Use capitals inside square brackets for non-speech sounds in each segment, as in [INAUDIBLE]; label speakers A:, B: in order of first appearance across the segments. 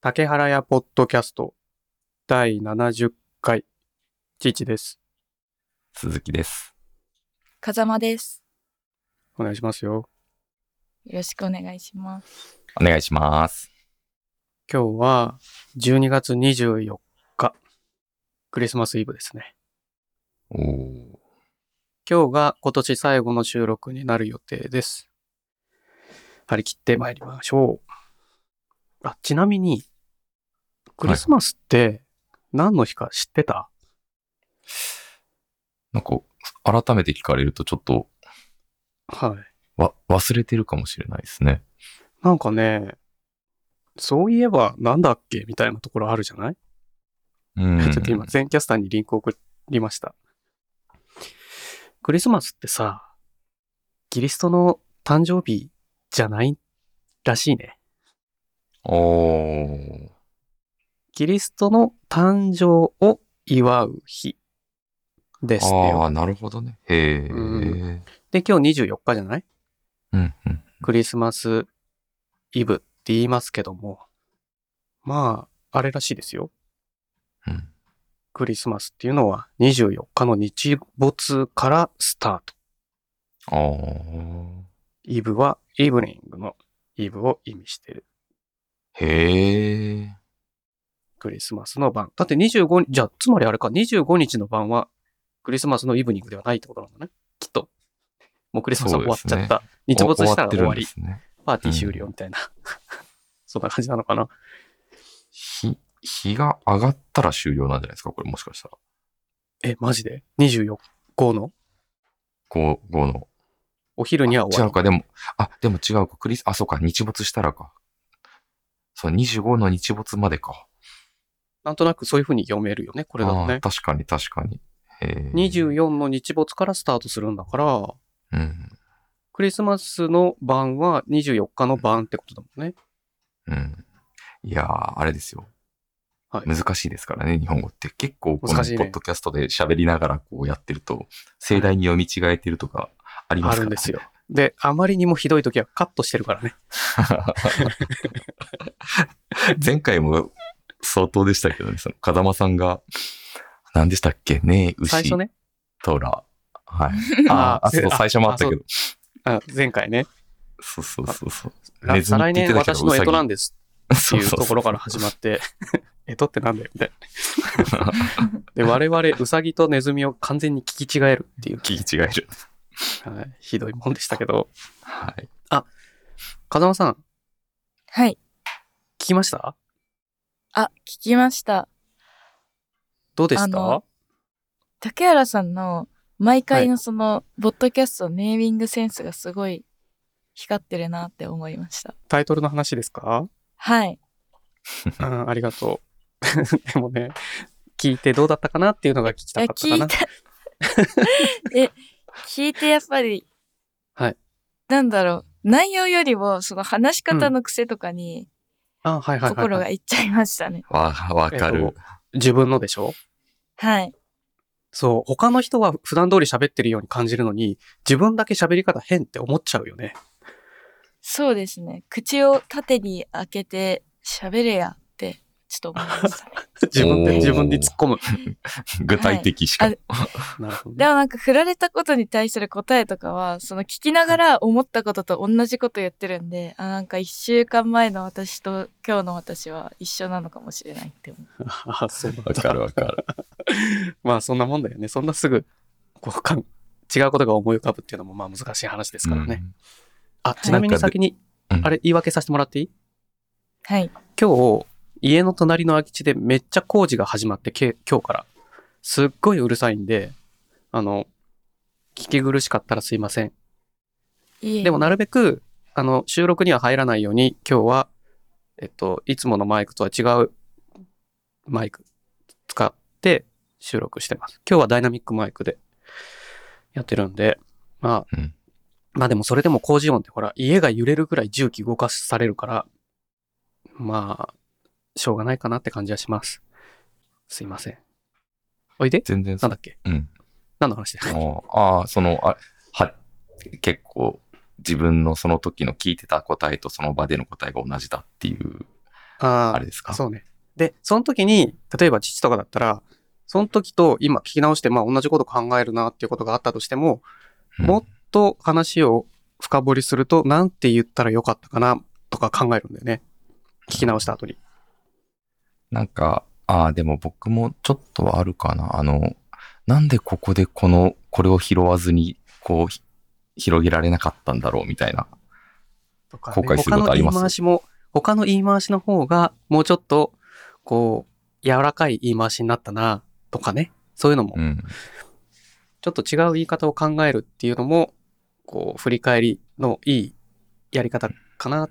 A: 竹原屋ポッドキャスト第70回、父です。
B: 鈴木です。
C: 風間です。
A: お願いしますよ。
C: よろしくお願いします。
B: お願いします。
A: 今日は12月24日、クリスマスイブですね。
B: おー
A: 今日が今年最後の収録になる予定です。張り切って参りましょう。あ、ちなみに、クリスマスって何の日か知ってた、
B: なんか、改めて聞かれるとちょっと、
A: はい。
B: わ、忘れてるかもしれないですね。
A: なんかね、そういえばなんだっけみたいなところあるじゃない
B: うん。
A: [LAUGHS] ちょっと今、全キャスターにリンク送りました。クリスマスってさ、キリストの誕生日じゃないらしいね。
B: おー
A: キリストの誕生を祝う日ですって
B: あ
A: よ。
B: あ、なるほどね。へえ。う、
A: うんで、今日24日じゃない
B: うん。
A: クリスマスイブって言いますけども、まあ、あれらしいですよ。
B: うん
A: クリスマスっていうのは24日の日没からスタート。
B: ああ。
A: イブはイブニングのイブを意味している。
B: へえ。
A: クリスマスの晩。だって25日、じゃあ、つまりあれか、25日の晩はクリスマスのイブニングではないってことなんだね。きっと。もうクリスマスは終わっちゃった。日没したら終わり。
B: お終ってるんですね。
A: パーティー終了みたいな。そんな感じなのかな。
B: 日、日が上がったら終了なんじゃないですかこれもしかしたら。
A: え、マジで ?24 号の
B: 午後の。
A: お昼には終
B: 違
A: わ
B: うか、でも、あ、でも違うか。クリス、あ、そうか。日没したらか。そう、25の日没までか。
A: なんとなくそういう風に読めるよね、これだと
B: あ
A: ね
B: ー。確かに確かに。へー。
A: 24の日没からスタートするんだから、
B: うん。
A: クリスマスの晩は24日の晩ってことだもんね。
B: うん。いやー、あれですよ。
A: はい
B: 難しいですからね、日本語って。結構、このポ
A: 難しいね
B: ッドキャストで喋りながらこうやってると、盛大に読み違えてるとかありま
A: あ
B: すか
A: る
B: ら、
A: んですよ。で、あまりにもひどい時はカットしてるからね。
B: [LAUGHS] 前回も相当でしたけどね、その、風間さんが、何でしたっけねえ、
A: 最
B: 牛
A: 初、ね、
B: トラ。はい。
A: [LAUGHS]
B: あーあ、そう、
A: あ
B: 最初もあったけど。
A: あ前回ね、
B: そうそうそうそう。
A: ら
B: ネズ
A: 再
B: ミっ
A: 来
B: て言っ
A: 年
B: てたけ
A: 私
B: ど
A: の干支な
B: ウ
A: んですって
B: サギ
A: いうところから始まって、 [LAUGHS] 干支ってなんだよみたいな。で、我々、ウサギとネズミを完全に聞き違えるっていう、
B: [LAUGHS] 聞き違える。
A: はい、ひどいもんでしたけど、
B: はい。
A: 風間さん、聞
C: はい。
A: きました
C: あ、聞きました。
A: どうでし
C: あ
A: た
C: の竹原さんの毎回のその、ボットキャストのネーミングセンスがすごい光ってるなって思いました。
A: タイトルの話です
B: [LAUGHS]
A: か
C: はい。
A: うん、ありがとう。 [LAUGHS] でもね、聞いてどうだったかなっていうのが聞き
C: いや
A: たかった
C: 聞
A: か
C: い
A: な。[LAUGHS]
C: て、え、聞いてやっぱり、
A: はい。
C: なんだろう。内容よりも、その話し方の癖とかに
A: あ、はいはいはい、
C: 心
A: はい。
C: がいっちゃいましたね。
B: わ、わか
A: えっと。
B: る
A: 自分のでしょ
C: はい。
A: そう。他の人は普段通り喋ってるように感じるのに、自分だけ喋り方変って思っちゃうよね。 [LAUGHS]
C: そうですね。口を縦に開けて喋れやって、ちょっと思いましたね。
A: 自分
B: おー
A: で自分に突っ込
B: [LAUGHS]
A: む。
B: 具体的しかも。
A: なるほど
C: で
A: ね。
C: もなんか振られたことに対する答えとかは、その聞きながら思ったことと同じこと言ってるんで、あ、なんか一週間前の私と今日の私は一緒なのかもしれないって思う。
A: あ [LAUGHS] そうなん
B: わ
A: だ
B: かるわかる。
A: まあそんなもんだよね。そんなすぐ、こうかん、違うことが思い浮かぶっていうのもまあ難しい話ですからね。
B: うん
A: あ、ちなみに先に、
B: なんかで
A: あれ言い訳させてもらっていい
C: はい。
A: 今日、家の隣の空き地でめっちゃ工事が始まって、け今日から。すっごいうるさいんで、あの、聞き苦しかったらすいません。
C: いいえ
A: でもなるべく、あの、収録には入らないように、今日は、えっと、いつものマイクとは違うマイク使って収録してます。今日はダイナミックマイクでやってるんで、まあ、
B: うん
A: まあでもそれでも工事音ってほら、家が揺れるぐらい重機動かされるから、まあ、しょうがないかなって感じはします。すいません。おいで
B: 全然
A: な
B: そ
A: ん
B: う。
A: だっけ
B: うん。
A: 何の話だ
B: あーあー、その、あは、結構、自分のその時の聞いてた答えとその場での答えが同じだっていう
A: あー
B: あれですか
A: そうね。で、その時に、例えば父とかだったら、その時と今聞き直して、まあ同じこと考えるなっていうことがあったとしても、
B: うん
A: もっと話を深掘りすると、なんて言ったらよかったかなとか考えるんだよね。聞き直した後に。
B: なんか、ああ、でも僕もちょっとはあるかな。あの、なんでここでこの、これを拾わずに、こうひ、広げられなかったんだろうみたいな。
A: とか、
B: 後悔することあります
A: 他の言い回しも、他の言い回しの方が、もうちょっと、こう、柔らかい言い回しになったな、とかね。そういうのも
B: う、ん。
A: ちょっと違う言い方を考えるっていうのも、こう、振り返りのいいやり方かな、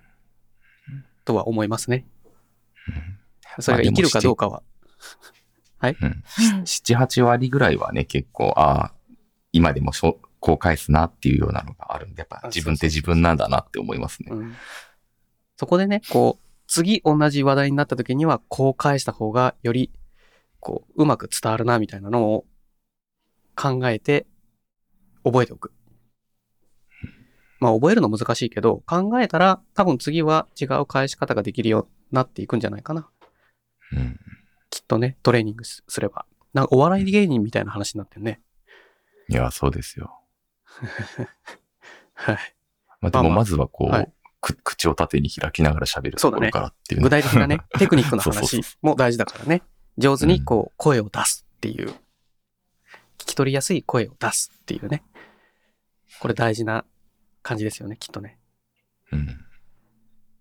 A: とは思いますね。それが生きるかどうかは。
B: うん。七八割ぐらいはね、結構、ああ、今でもしょこう返すなっていうようなのがあるんで、やっぱ
A: あ
B: 自分っ
A: そ
B: て
A: うそうそう
B: 自分なんだなって思いますね。
A: うんそこでね、こう、次同じ話題になった時には、こう返した方が、より、こう、うまく伝わるな、みたいなのを考えて、覚えておく。まあ、覚えるの難しいけど、考えたら、多分次は違う返し方ができるようになっていくんじゃないかな。
B: うん。
A: きっとね、トレーニングすすれば。なんかお笑い芸人みたいな話になってるね。
B: いや、そうですよ。
A: はい。
B: まあでも、
A: まあまあ
B: まずはこう、
A: はい
B: く口を縦に開きながら喋る
A: そう
B: と
A: だ
B: こ
A: ね
B: ろからっていうね
A: 具体的
B: [LAUGHS]
A: なね、テクニックの
B: そうそうそう
A: 話も大事だからね。上手にこう、声を出すっていう。聞き取りやすい声を出すっていうね。これ大事な感じですよね、きっとね。
B: うん。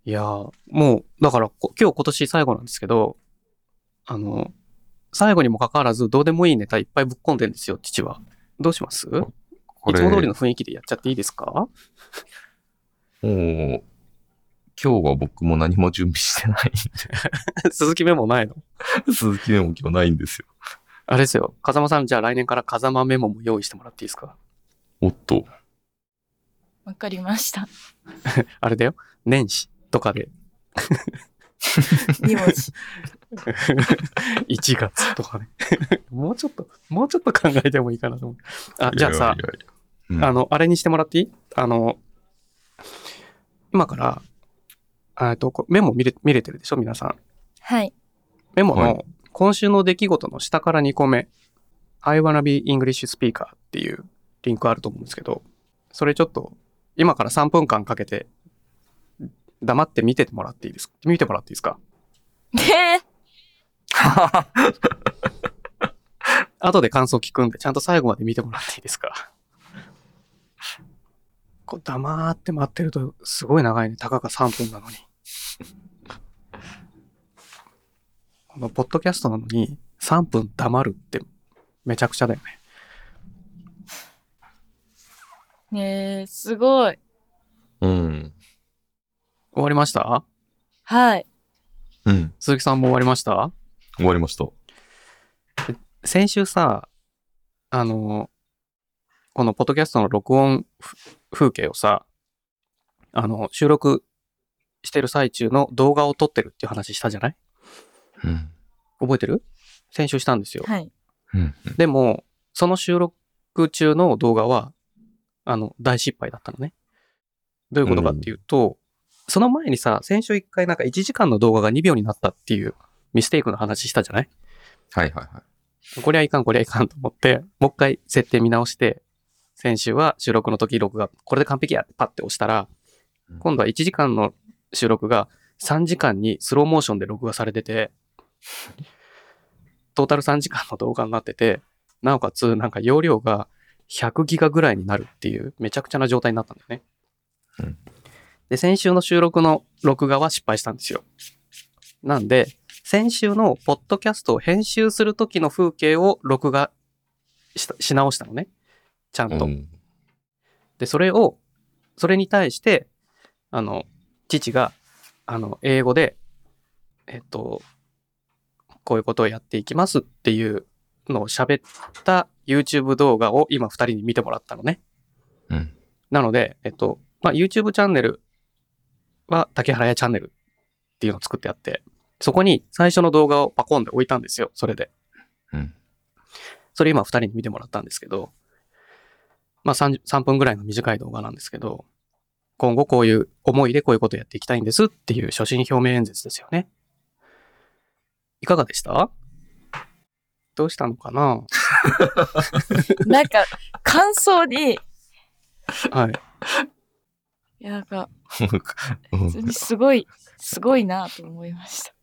A: いやー、もう、だからこ、今日今年最後なんですけど、あの、最後にもかかわらず、どうでもいいネタいっぱいぶっ込んでるんですよ、父は。どうしますい
B: れ
A: つも通りの雰囲気でやっちゃっていいですか [LAUGHS]
B: もう、今日は僕も何も準備してない [LAUGHS] ん
A: 続き目もないの。
B: で、鈴木でも今日ないんですよ。
A: あれですよ、風間さん、じゃあ来年から風間メモも用意してもらっていいですか
B: おっと、
C: わかり
A: [LAUGHS]
C: ました。
A: あれだよ、年始とかで
C: 二文字。
A: 1月とかね。 [LAUGHS] もうちょっと、もうちょっと考えてもいいかなと思う。あ、じゃあさ
B: い、やいやいや
A: あの、あれにしてもらっていいあの、今から、あえっと、こうメモ見れ見れてるでしょ皆さん。
C: はい。
A: メモ
B: はい
A: の、今週の出来事の下から2個目、I wanna be English speaker っていうリンクあると思うんですけど、それちょっと、今から3分間かけて、黙って見ててもらっていいですか見てもらっていいですか
C: で、
A: 後で感想聞くんで、ちゃんと最後まで見てもらっていいですか。 [LAUGHS] こう黙って待ってると、すごい長いね。たかが3分なのに。このポッドキャストなのに、3分黙るって、めちゃくちゃだよね。
C: ねえ、すごい。
B: うん。
A: 終わりました
C: はい。
B: うん。
A: 鈴木さんも終わりました
B: 終わりました。
A: 先週さ、あの、このポッドキャストの録音ふ風景をさ、あの、収録してる最中の動画を撮ってるっていう話したじゃない
B: うん。
A: 覚えてる先週したんですよ。
C: はい。
B: うん。
A: でも、その収録中の動画は、あの、大失敗だったのね。どういうことかっていうと、その前にさ、先週一回なんか1時間の動画が2秒になったっていうミステイクの話したじゃない
B: はいはいはい。
A: こりゃいかん、こりゃいかんと思って、もう一回設定見直して、先週は収録の時録画、これで完璧やってパッて押したら
B: うん、
A: 今度は1時間の収録が3時間にスローモーションで録画されてて、トータル3時間の動画になってて、なおかつなんか容量が100ギガぐらいになるっていうめちゃくちゃな状態になったんだよね。
B: うん
A: で、先週の収録の録画は失敗したんですよ。なんで、先週のポッドキャストを編集する時の風景を録画したし直したのね。ちゃんと。
B: うん [LAUGHS]
A: で、それを、それに対して、あの、父が、あの、英語で、えっと、こういうことをやっていきますっていうのを喋った YouTube 動画を今二人に見てもらったのね。
B: うん。
A: なので、えっと、まあ、YouTube チャンネルは竹原屋チャンネルっていうのを作ってあって、そこに最初の動画をパコンで置いたんですよ、それで。
B: うん。
A: それ今二人に見てもらったんですけど、まあ 3, 3分ぐらいの短い動画なんですけど、今後こういう思いでこういうことやっていきたいんですっていう所信表明演説ですよね。いかがでしたどうしたのかな
C: なんか、感想に、い
A: はい。
C: や、なんか、
B: うん
C: 普通にすごい、すごいなと思いました。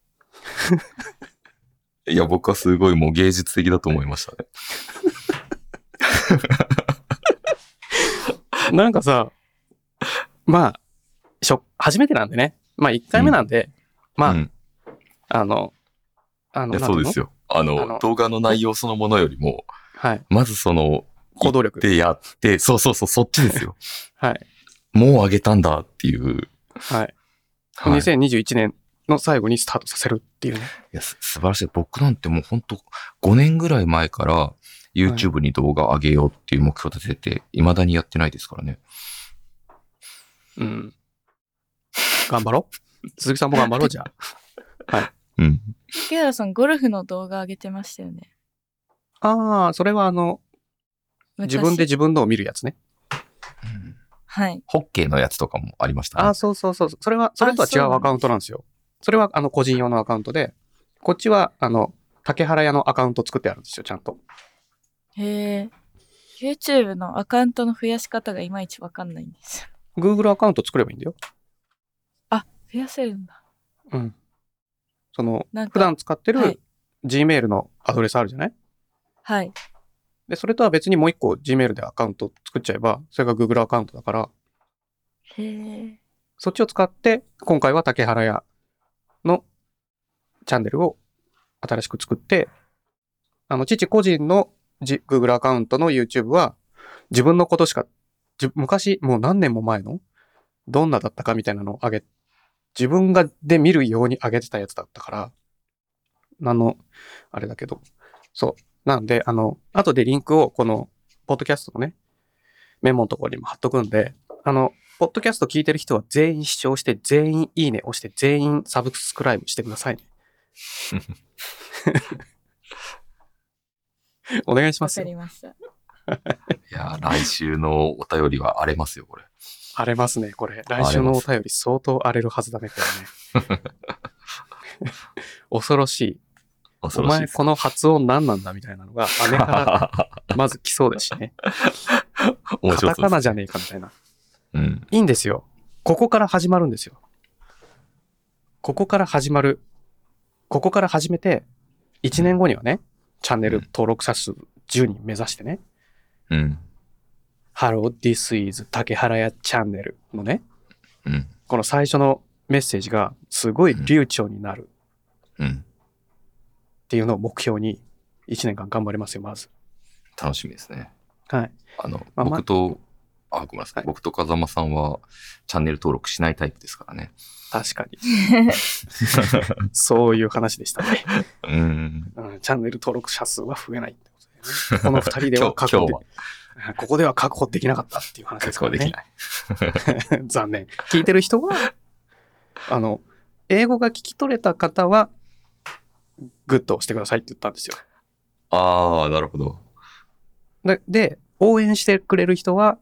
B: いや、僕はすごいもう芸術的だと思いましたね。
A: なんかさ、まあ、しょ、初めてなんでね。まあ、1回目なんで、まあ、
B: うん
A: あの、あ
B: い
A: の、
B: やそうです
A: よ。
B: よ。あの
A: あの
B: 動画の内容そのものよりも、
A: はい。
B: まずその、
A: 行動力。
B: でやって、そうそうそう、そっちで
A: [LAUGHS]
B: すよ。
A: はい。
B: もうあげたんだっていう。
A: はい。
B: はい、い
A: 2021年の最後にスタートさせるっていうね。
B: やす素晴らしい。僕なんてもう本当5年ぐらい前から YouTube に動画上げようっていう目標立てて、未だにやってないですからね。
A: うん。頑張ろう。鈴木さんも頑張ろう、じ
B: [LAUGHS]
A: ゃあ。
B: うん。
C: 竹原さん、ゴルフの動画上げてましたよね。
A: ああ、それはあの、
C: 昔
A: 自分で。自分のを見るやつね。
C: はい。
B: ホッケーのやつとかもありました、
A: あ
B: ね
A: あ、。そうそうそう。それは、それとは違
C: あそう
A: う
C: なんだ
A: アカウントなんですよ。それは、あの、個人用のアカウントで、こっちは、あの、竹原屋のアカウント作ってあるんですよ、ちゃんと。
C: へえ。YouTube のアカウントの増やし方がいまいちわかんないんですよ。 [LAUGHS]
A: Google アカウント作ればいいんだよ。
C: 増やせるんだ。
A: うん。その、
C: なん
A: 普
C: か、
A: 段使って
C: はい
A: る Gmail のアドレスあるじゃない
C: はい。
A: で、それとは別にもう一個 Gmail でアカウント作っちゃえば、それが Google アカウントだから、
C: へえ。
A: そっちを使って、今回は竹原屋のチャンネルを新しく作って、あの、父個人のじ Google アカウントの YouTube は、自分のことしか、じ昔、もう何年も前の、どんなだったかみたいなのを上げ、自分がで見るように上げてたやつだったから、あの、あれだけど、そう。なんで、あの、後でリンクをこの、ポッドキャストのね、メモのところにも貼っとくんで、あの、ポッドキャスト聞いてる人は全員視聴して、全員いいね押して、全員サブスクライブしてくださいね。お願いしま
C: わ
A: す
C: か
A: よ。
C: りま
B: [LAUGHS]
C: した。
B: いや、来週のお便りは荒れますよ、これ。
A: 荒れますね、これ。来週のお便り相当荒れるはずだね、こ
B: [LAUGHS]
A: れね。恐ろしい。お
B: 恐ろしい
A: 前
B: です。
A: この発音何なんだみたいなのが姉か
B: [LAUGHS]
A: らまず来そうですしね。
B: 面
A: カ
B: 白
A: タ
B: そう
A: カ
B: で
A: ナじゃねえかみたいな。
B: す。うん。
A: いいんですよ。ここから始まるんですよ。ここから始まる。ここから始めて、1年後にはね、チャンネル登録者数10人目指してね、
B: うん。
A: Hello, this is 竹原屋チャンネルのね、
B: うん。
A: この最初のメッセージがすごい流暢になる。
B: うん。
A: っていうのを目標に1年間頑張りますよ、まず。
B: 楽しみですね。
A: はい。
B: あの、
A: まあま
B: 僕と、あ、ごめんなさ。
A: はいい
B: 僕と風間さんは、チャンネル登録しないタイプですからね。
A: 確かに。そういう話でしたね。
B: うん。
A: うん、チャンネル登録者数は増えないってことだよね。この2人で
B: 今
A: は
B: 日、
A: 確
B: 今
A: 保
B: 日
A: で
B: は、
A: ここでは確保できなかったっていう話で
B: 確
A: すか
B: 保
A: ら
B: でき
A: ね。
B: ない。
A: 残念。聞いてる人は、あの、英語が聞き取れた方は、グッドをしてくださいって言ったんですよ。
B: ああ、なるほど。
A: で、で応援してくれる人は、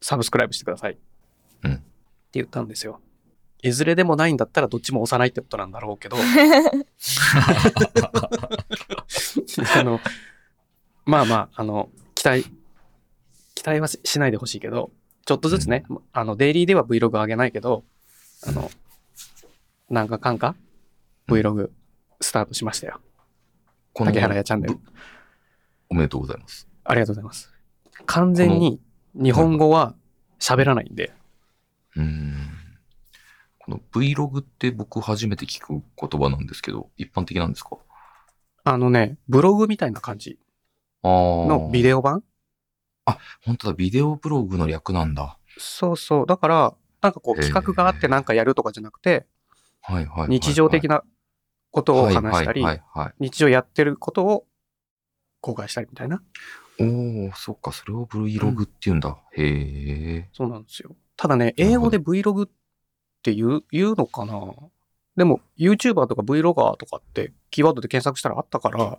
A: サブスクライブしてください。
B: うん
A: って言ったんですよ。いずれでもないんだったら、どっちも押さないってことなんだろうけ
B: [LAUGHS]
A: ど、 [LAUGHS] あの、まあまあ、あの、期待、期待はししないでほしいけど、ちょっとずつね、あの、デイリーでは Vlog 上げないけど、あの、なんかかんか、Vlog スタートしましたよ。
B: こ
A: 竹原屋チャンネル。
B: おめでとうございます。
A: ありがとうございます。完全に日本語は喋らないんで、
B: うん。この Vlog って僕初めて聞く言葉なんですけど、一般的なんですか
A: あのね、ブログみたいな感じ
B: ああ。
A: のビデオ版
B: 本当だ、ビデオブログの略なんだ。
A: そうそう。だから、なんかこう
B: へー
A: 企画があってなんかやるとかじゃなくて、
B: はいはいはいはい。
A: 日常的
B: な
A: なことを話したり
B: は、いはいはい
A: 日常やってることを公開したりみたいな。
B: はい。おお、そっか、それを Vlog って言うんだ。へえ。
A: そうなんですよ。ただね、英語で Vlog って言う言うのかなでも、YouTuber とか Vlogger とかってキーワードで検索したらあったから、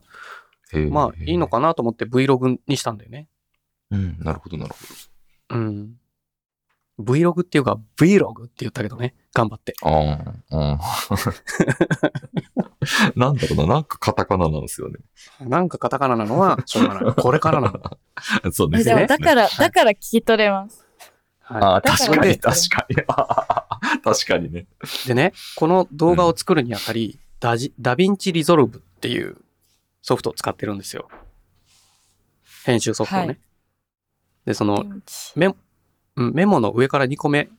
B: へえ
A: まあいいの。かなと思って Vlog にしたんだよね。
B: うん、なるほど、なるほど。
A: うん。 Vlog っていうか Vlog って言ったけどね、頑張って。
B: うん、うん。 [LAUGHS] なんだろうな、なんかカタカナなんですよね。
A: なんかカタカナなの
C: [LAUGHS]
A: は、しょうがない。これからなの。
B: そうで
C: え
B: す
C: でも
B: ね。
C: だから、だから聞き取れます。
A: は
B: あー確かに、
C: だから
B: 確かに。あー確かに [LAUGHS] ね。
A: い、でね、この動画を作るにあたり、ダジダヴィンチリゾルブっていうソフトを使ってるんですよ。編集ソフトをね。
C: はい
A: で、そのメモ、うんメモの上から2個目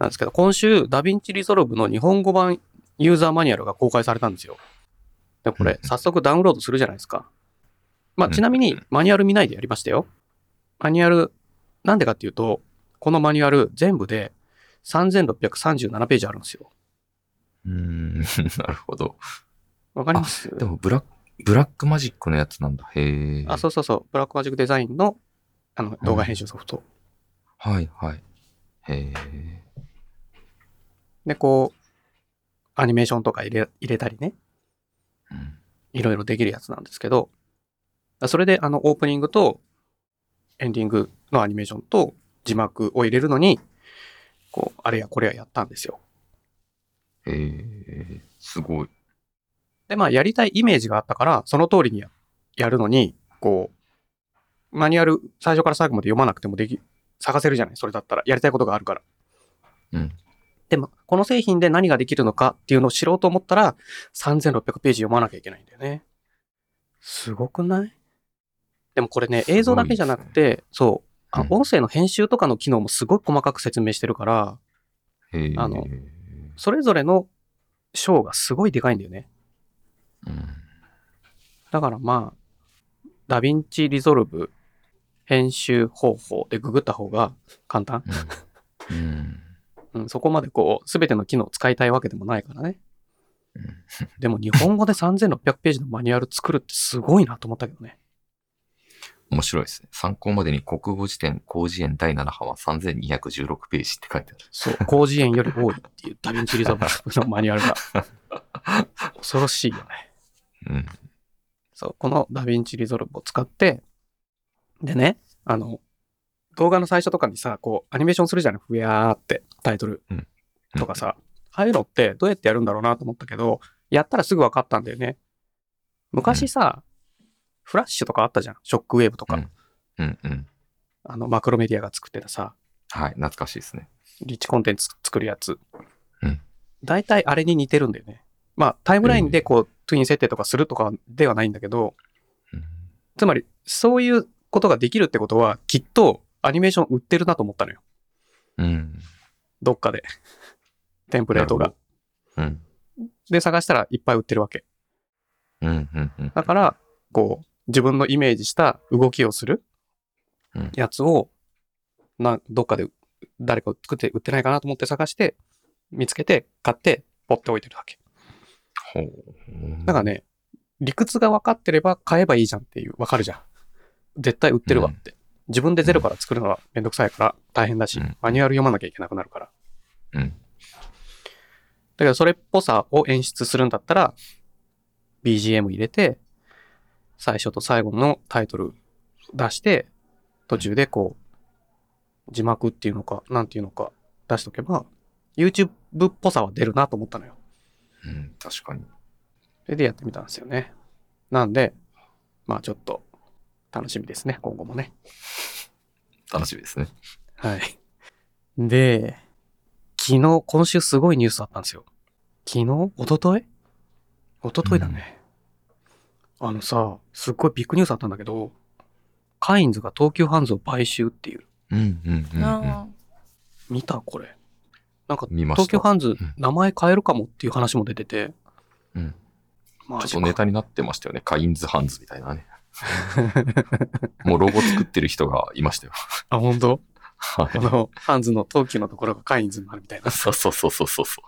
A: なんですけど、今週、ダヴィンチリゾルブの日本語版ユーザーマニュアルが公開されたんですよ。で、これ、
B: うん
A: 早速ダウンロードするじゃないですか。まあ、
B: うん
A: ちなみに、マニュアル見ないでやりましたよ。マニュアル、なんでかっていうと、このマニュアル全部で3637ページあるんですよ。
B: うー [LAUGHS] ん、なるほど。
A: わかります
B: でも、ブラック、ブラックマジックのやつなんだ。へえ。
A: あ、そうそうそう。ブラックマジックデザインのあの動画編集ソフト。
B: はい、はい。へえ。
A: で、こう、アニメーションとか入れ入れたりね。
B: うん
A: いろいろできるやつなんですけど、それであのオープニングとエンディングのアニメーションと字幕を入れるのに、こう、あれやこれややったんですよ。
B: へえ、すごい。
A: で、まあ、やりたいイメージがあったから、その通りにややるのに、こう、マニュアル最初から最後まで読まなくてもでき、探せるじゃないそれだったら。やりたいことがあるから。
B: うん。
A: でも、この製品で何ができるのかっていうのを知ろうと思ったら、3600ページ読まなきゃいけないんだよね。すごくないでもこれね、
B: すごい
A: 映像だけじゃなくて、そう、あ
B: うん
A: 音声の編集とかの機能もすごい細かく説明してるから、
B: へえ。
A: あのそれぞれの章がすごいでかいんだよね。
B: うん。
A: だからまあ、ダヴィンチリゾルブ編集方法でググった方が簡単。
B: うんうん。
A: うん、そこまでこう、すべての機能を使いたいわけでもないからね
B: うん。
A: でも日本語で3600ページのマニュアル作るってすごいなと思ったけどね。
B: 面白いですね。参考までに国語辞典、広辞苑第7波は3216ページって書いて
A: そう、広辞苑より多いっていうダヴィンチリゾルブのマニュアルが。恐ろしいよね。
B: ある。うん。
A: そう、このダヴィンチリゾルブを使って、でね、あの、動画の最初とかにさ、こう、アニメーションするじゃないふやーってタイトル
B: うん
A: とかさ、ああいうのってどうやってやるんだろうなと思ったけど、やったらすぐ分かったんだよね。昔さ、フラッシュとかあったじゃん。ショックウェーブとか、
B: うんうんうん。
A: あの、マクロメディアが作ってたさ、
B: はい、懐かしいですね。
A: リッチコンテンツ作るやつ。
B: うん
A: 大体あれに似てるんだよね。まあ、タイムラインでこう、トゥイン設定とかするとかではないんだけど、
B: うん
A: つまり、そういうことができるってことは、きっとアニメーション売ってるなと思ったのよ。
B: うん。
A: どっかで。テンプレート
B: な
A: が
B: る。うん。
A: で、探したらいっぱい売ってるわけ。
B: うん。うん。うん。
A: だから、こう、自分のイメージした動きをする
B: うん
A: やつを、などっかで誰か作って売ってないかなと思って探して、見つけて、買って、ポって置いてるだけ。
B: ほう。
A: だからね、理屈が分かってれば買えばいいじゃんっていう、分かるじゃん。絶対売ってるわって。自分でゼロから作るのはめんどくさいから大変だし、
B: うん
A: マニュアル読まなきゃいけなくなるから。
B: う
A: だ
B: ん。
A: けど、それっぽさを演出するんだったら、BGM 入れて、最初と最後のタイトル出して、途中でこう、字幕っていうのか、なんていうのか出しとけば、YouTube っぽさは出るなと思ったのよ。
B: うん。確かに。
A: それでやってみたんですよね。なんで、まあちょっと楽しみですね、今後もね。
B: 楽しみですね。
A: はい。で、昨日、今週すごいニュースあったんですよ。昨日一昨日一昨日だね。あのさ、すっごいビッグニュースあったんだけど、カインズが東急ハンズを買収っていう。
B: うん。うん。うんうん。
C: あ
A: 見たこれ。なんか、
B: 見ました。
A: 東
B: ち
A: 急
B: ょ
A: ハンズ
B: うん
A: 名前変えるかもっていう話も出てて。
B: うん。
A: マ
B: っ
A: ジ
B: と
A: か
B: ネタになってましたよね。カインズハンズみたいな [LAUGHS] ね。もうロゴ作ってる人がいましたよ。
A: あ、本当？
B: は。。
A: あの、ハンズの東急のところがカインズになるみたいない
B: [LAUGHS] そうそうそうそうそうそ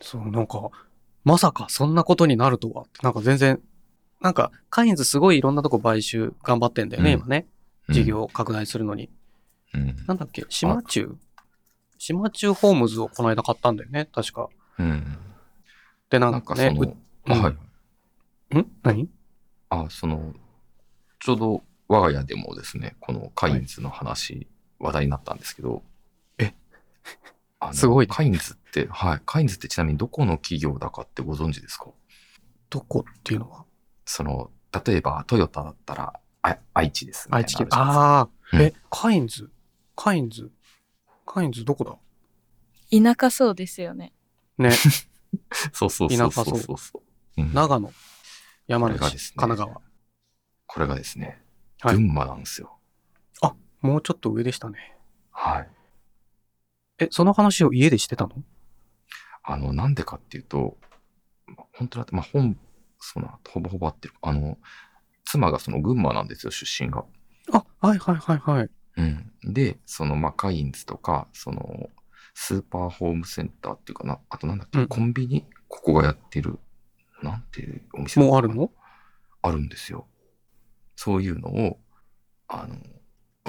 A: そう、なんか、まさかそんなことになるとはって、なんか全然、なんか、カインズすごいいろんなとこ買収頑張ってんだよね、
B: うん
A: 今ね。
B: う。
A: 事業拡大するのに。
B: うん。
A: なんだっけ、島中島中ホームズをこの間買ったんだよね、確か。
B: うん。
A: で、な
B: なんんか
A: か
B: そ
A: ね、
B: の、
A: ううん
B: はい。
A: ん何
B: あ、その、ちょうど我が家でもですね、このカインズの話話題になったんですけど。
A: え
B: あの
A: すごいね
B: カインズって、はい。カインズってちなみにどこの企業だかってご存知ですか
A: どこっていうのは
B: その、例えばトヨタだったら、あ愛知ですみた
A: 愛
B: いな
A: 知県。
B: あるじゃないですか
A: ああ、
B: うん
A: え、カインズカインズカインズどこだ
C: 田舎そうですよね。
B: [LAUGHS]
A: ね、
B: そうそうそうそうそうそう。うん
A: 長野、山
B: これ
A: 梨、
B: がですね
A: 神奈川。
B: これがですね、
A: はい
B: 群馬なんですよ。
A: もうちょっと上でしたね。
B: はい。
A: え、その話を家でしてたの
B: あの、なんでかっていうと、まあ本当だって、まあ、本、そうな、ほぼほぼ合ってる。あの、妻がその群馬なんですよ、出身が。
A: あ、はいはいはいはい。
B: うん。で、その、まあ、カインズとか、その、スーパーホームセンターっていうかな、あとなんだっけ、
A: うん
B: コンビニここがやってる、なんていうお店だった
A: もうある
B: かな
A: の
B: あるんですよ。そういうのを、あの、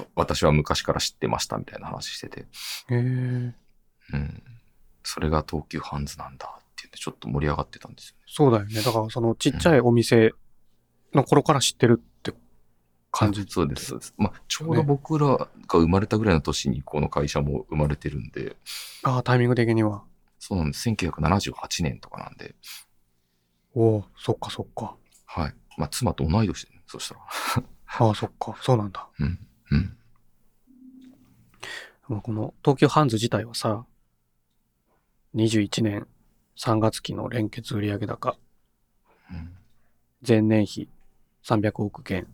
B: わ私は昔から知ってましたみたいな話してて、
A: へえ。
B: うん。それが東急ハンズなんだって言って、ちょっと盛り上がってたんですよね。
A: そうだよね。だからそのちっちゃいお店の頃から知ってるって感じ。
B: そうです、そうです。まあ、ちょうど僕らが生まれたぐらいの年にこの会社も生まれてるんで、
A: ああ、タイミング的には。
B: そうなんです。1978年とかなんで、
A: おお、そっかそっか。
B: はい。まあ、妻と同い年で、ね、そしたら。
A: ああ、そっか。そうなんだ。
B: うん。うん。
A: まあこの東急ハンズ自体はさ、21年3月期の連結売上高、
B: うん
A: 前年比300億元、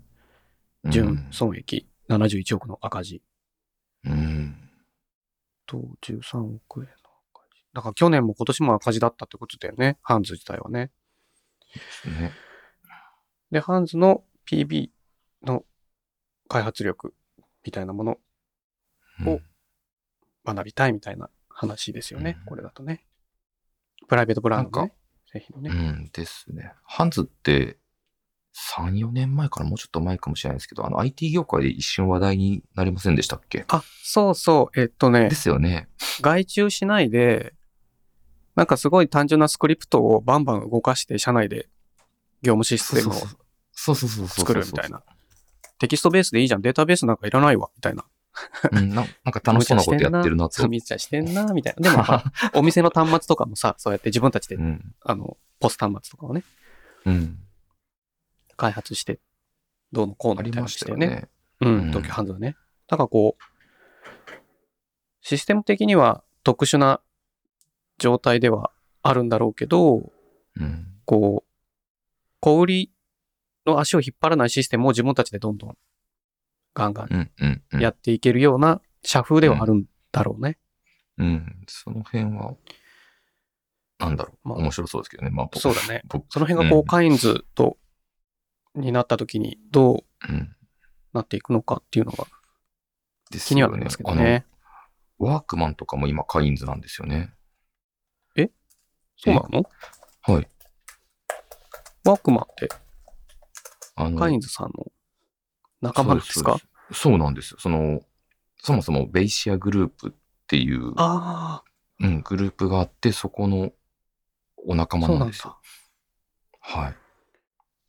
A: 純損益71億の赤字
B: うん。
A: と13億円の赤字。だから去年も今年も赤字だったってことだよね。ハンズ自体はね。
B: ね。
A: で、ハンズの PB の開発力みたいなもの
B: うん
A: お学びたいみたいな話ですよね。
B: うん
A: これだとね。プライベートブランドの、
B: なん
A: ね、製品
B: う
A: のね。
B: んですね。ハンズって、3、4年前からもうちょっと前かもしれないですけど、あの IT 業界で一瞬話題になりませんでしたっけ
A: あ、そうそう。えっとね
B: で、すよね。
A: 外注しないで、なんかすごい単純なスクリプトをバンバン動かして、社内で業務シス
B: そ
A: テ
B: うそう
A: ムを
B: そう。そうそうそうそう。
A: 作るみたいな。テキストベースでいいじゃん、データベースなんかいらないわ、みたいな。
B: うん。ななんか楽しそうなことやってる
A: [LAUGHS]
B: なと。
A: みちゃしてんな、みたいな。でも、まあ
B: [LAUGHS]
A: お店の端末とかもさ、そうやって自分たちで、
B: うん。
A: あの、ポス端末とかをね、
B: うん。
A: 開発して、どうのこう
B: あ
A: のみ
B: り
A: たいな
B: ま
A: の
B: し
A: したて
B: よ
A: ね。
B: ね。
A: う
B: うん
A: ん、東急ハンズはね。だからこう、システム的には特殊な状態ではあるんだろうけど、
B: うん。
A: こう、小売りの足を引っ張らないシステムを自分たちでどんどんガンガ
B: うん。うん。う
A: ン
B: ん
A: やっていけるような社風ではあるんだろうね。
B: うん。その辺は、なんだろう。
A: まあ
B: 面白そうですけどね。まあ、僕
A: そうだね。
B: 僕
A: その辺がこう、カインズと、になった時にどう
B: うん。
A: なっていくのかっていうのが
B: です
A: 気には
B: よ
A: なり
B: ね
A: ますけど
B: あ
A: ね。
B: の、ワークマンとかも今、カインズなんですよね。
A: そうなの
B: はい。
A: ワークマンって
B: あの
A: カインズさんの仲間なんですか
B: そうですそうなんですよ。その、そもそもベイシアグループっていう、
A: あ
B: うん、グループがあって、そこのお仲
A: あ、
B: 間
A: そう
B: な
A: なんん
B: ですよ。
A: だ。
B: はい。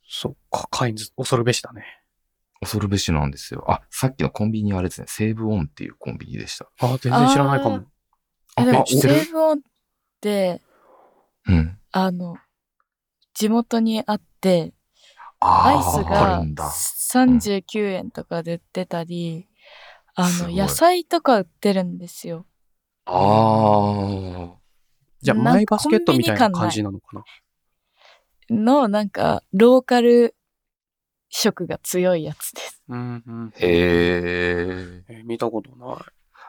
A: そっか、カインズ、恐るべしだね。
B: 恐るべしなんですよ。あ、さっきのコンビニはあれですね、セーブオンっていうコンビニでした。
A: ああ、全然知らないか
C: あー
A: も。
B: あ、
C: えでも
B: あ
C: セ
A: 知ってる
C: ーブオンって
B: うん。
C: あの地元にあってアイ
B: あー
C: ス
B: あ
C: が
B: るんだ。
C: 39円とかで売ってたり、あ
B: す
C: の
B: ごい
C: 野菜とか売ってるんですよ。
B: ああ。
A: じゃあ、
C: なんか
A: マイバスケットみたい
C: コ
A: な
C: ンビニ感ない
A: 感じなのかな。
C: のなんかローカル色が強いやつです。
A: うんうん
B: へえ。
A: えー見たことない。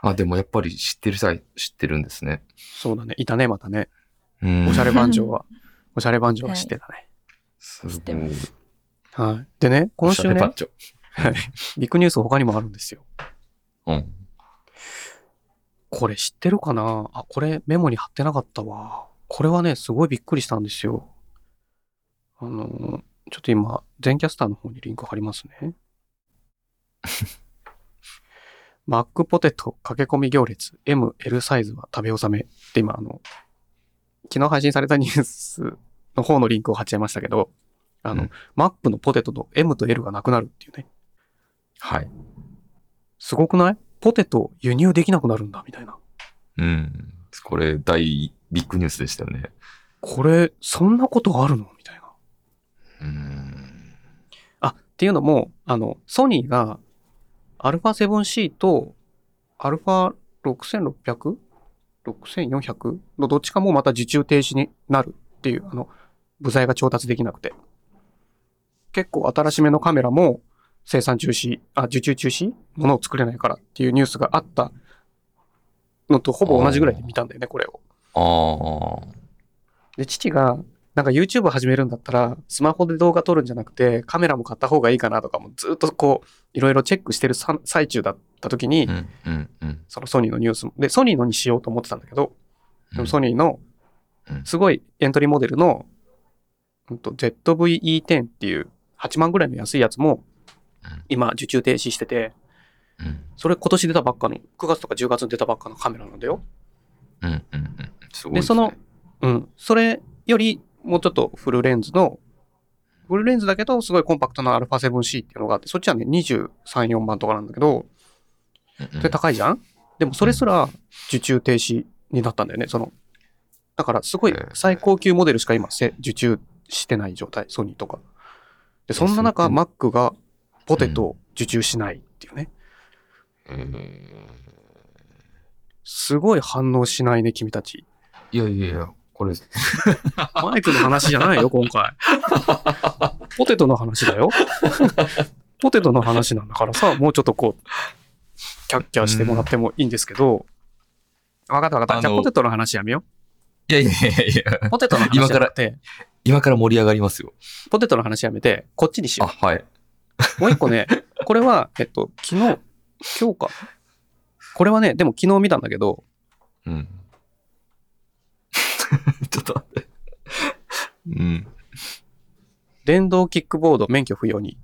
B: あ、でもやっぱり知ってる際、知ってるんですね。
A: そうだね。いたね、またね。
B: うん
A: おしゃれ番長は、おしゃれ番長は知ってたね。
B: すごい
C: 知ってま
A: はい。でね、今
B: おしゃ
A: 週
B: れ
A: ね
B: 番、長。
A: ビッグニュース他にもあるんですよ。
B: うん。
A: これ知ってるかなあ、これメモに貼ってなかったわ。これはね、すごいびっくりしたんですよ。あのー、ちょっと今、全キャスターの方にリンク貼ります
B: [LAUGHS]
A: ね。マックポテト駆け込み行列 M、L サイズは食べ納めって今、あの、昨日配信されたニュースの方のリンクを貼っちゃいましたけど、あの、
B: うん
A: マックのポテトの M と L がなくなるっていうね。
B: はい。
A: すごくないポテト輸入できなくなるんだみたいな。
B: うん。これ、大ビッグニュースでしたよね。
A: これ、そんなことあるのみたいな。
B: うん。
A: あ、っていうのも、あの、ソニーが α7C と α6600?6400 のどっちかもまた受注停止になるっていう、あの、部材が調達できなくて。結構新しめのカメラも生産中止、あ、受注中止ものを作れないからっていうニュースがあったのとほぼ同じぐらいで見たんだよね、これを。
B: ああ。
A: で、父が、なんか YouTube 始めるんだったら、スマホで動画撮るんじゃなくて、カメラも買った方がいいかなとかも、ずっとこう、いろいろチェックしてるさ最中だった時に、
B: うん、うん、うん。
A: そのソニーのニュースも、で、ソニーのにしようと思ってたんだけど、でもソニーの
B: うん、
A: すごいエントリーモデルの、うんと、ZVE10 っていう8万ぐらいの安いやつも
B: うん、
A: 今、受注停止してて、
B: うん、
A: それ今年出たばっかの、9月とか10月に出たばっかのカメラなんだよ。
B: うん、うんうん。すごい
A: で、
B: す
A: そ
B: ね
A: の、うん、それよりもうちょっとフルレンズの、フルレンズだけど、すごいコンパクトな α7C っていうのがあって、そっちはね、23、4万とかなんだけど、
B: うん
A: それ高いじゃんでもそれすら受注停止になったんだよね、その。だから、すごい
B: うん
A: 最高級モデルしか今、せ受注してない状態、ソニーとか。で、そんな中、
B: えそれ
A: Mac がポテトを受注しないっていうね。
B: うん
A: すごい反応しないね、君たち。
B: いやいやいや、これ、
A: マイクの話じゃないよ、今
B: [LAUGHS]
A: 回。ポテトの話だよ。ポテトの話なんだからさ、もうちょっとこう、キャッキャしてもらってもいいんですけど。わかったわかった。じゃあ
B: あの
A: ポテトの話やめよ
B: いやいやいやいや、
A: う。ポテトの話
B: 今
A: や
B: から
A: めて、
B: 今から盛り上がりますよ。
A: ポテトの話やめて、こっちにし
B: あ、
A: よ
B: はい。
A: う。もう一個ね、これは、えっと、昨日、今日か。これはね、でも昨日見たんだけど、
B: うん。 [LAUGHS] ちょっと待って。うん。
A: 電動キックボード免許不要に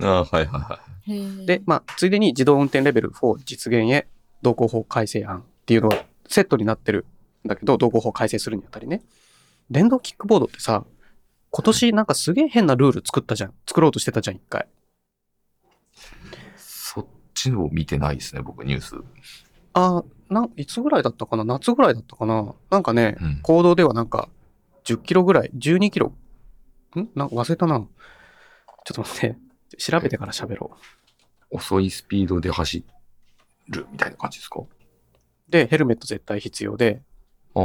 B: あはいはいは
A: で、まあ、ついでに自動運転レベル4実現へ道交法改正案っていうのがセットになってるんだけど、道交法改正するにあたりね。電動キックボードってさ、今年なんかすげえ変なルール作ったじゃん。作ろうとしてたじゃん、一回。
B: い。そっちを見てないですね、僕、ニュース。
A: あーなん、いつぐらいだったかな夏ぐらいだったかななんかね、
B: うん
A: 行動ではなんか、10キロぐらい、12キロ。んなんか忘れたな。ちょっと待って。調べてから喋ろ
B: 遅いスピードで走るみたいな感じですか
A: う。で、ヘルメット絶対必要で、
B: ああ。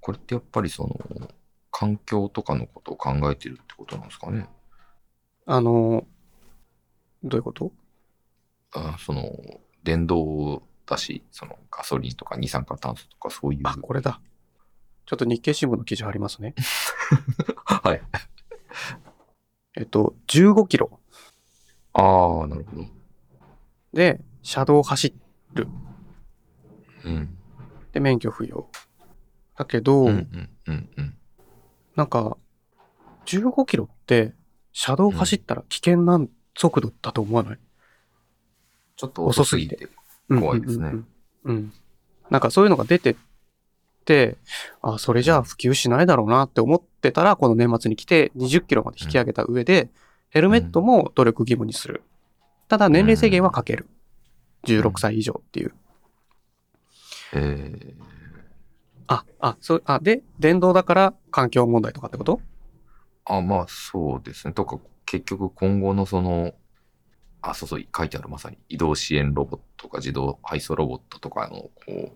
B: これってやっぱりその、環境とかのことを考えてるってことなんですかね。
A: あのーどういうこと
B: あその、電動だし、そのガソリンとか二酸化炭素とかそういう。
A: あ、これだ。ちょっと日経新聞の記事ありますね。
B: [LAUGHS] はい。
A: えっと、15キロ
B: ああ、なるほど。
A: で車道を走
B: うん。
A: って免許不要。だけど、
B: うんうんうんうん。
A: なんか、15キロって車道を走ったら危険な速度だと思わない、
B: ちょっと
A: 遅
B: 遅
A: す
B: す
A: ぎ
B: ぎ
A: て
B: て。
A: うん、
B: 怖いですね
A: うんうんうん。うんなんかそういうのが出てって、あ、それじゃあ普及しないだろうなって思ってたら、この年末に来て20キロまで引き上げた上で、ヘルメットも努力義務にする。ただ年齢制限はかける。16歳以上っていう。
B: え
A: あ、あ、そう、あ、で、電動だから環境問題とかってこと
B: ー、あ、まあそうですね。とか、結局今後のその、あ、そうそう、書いてあるまさに移動支援ロボットとか自動配送ロボットとかの、こう、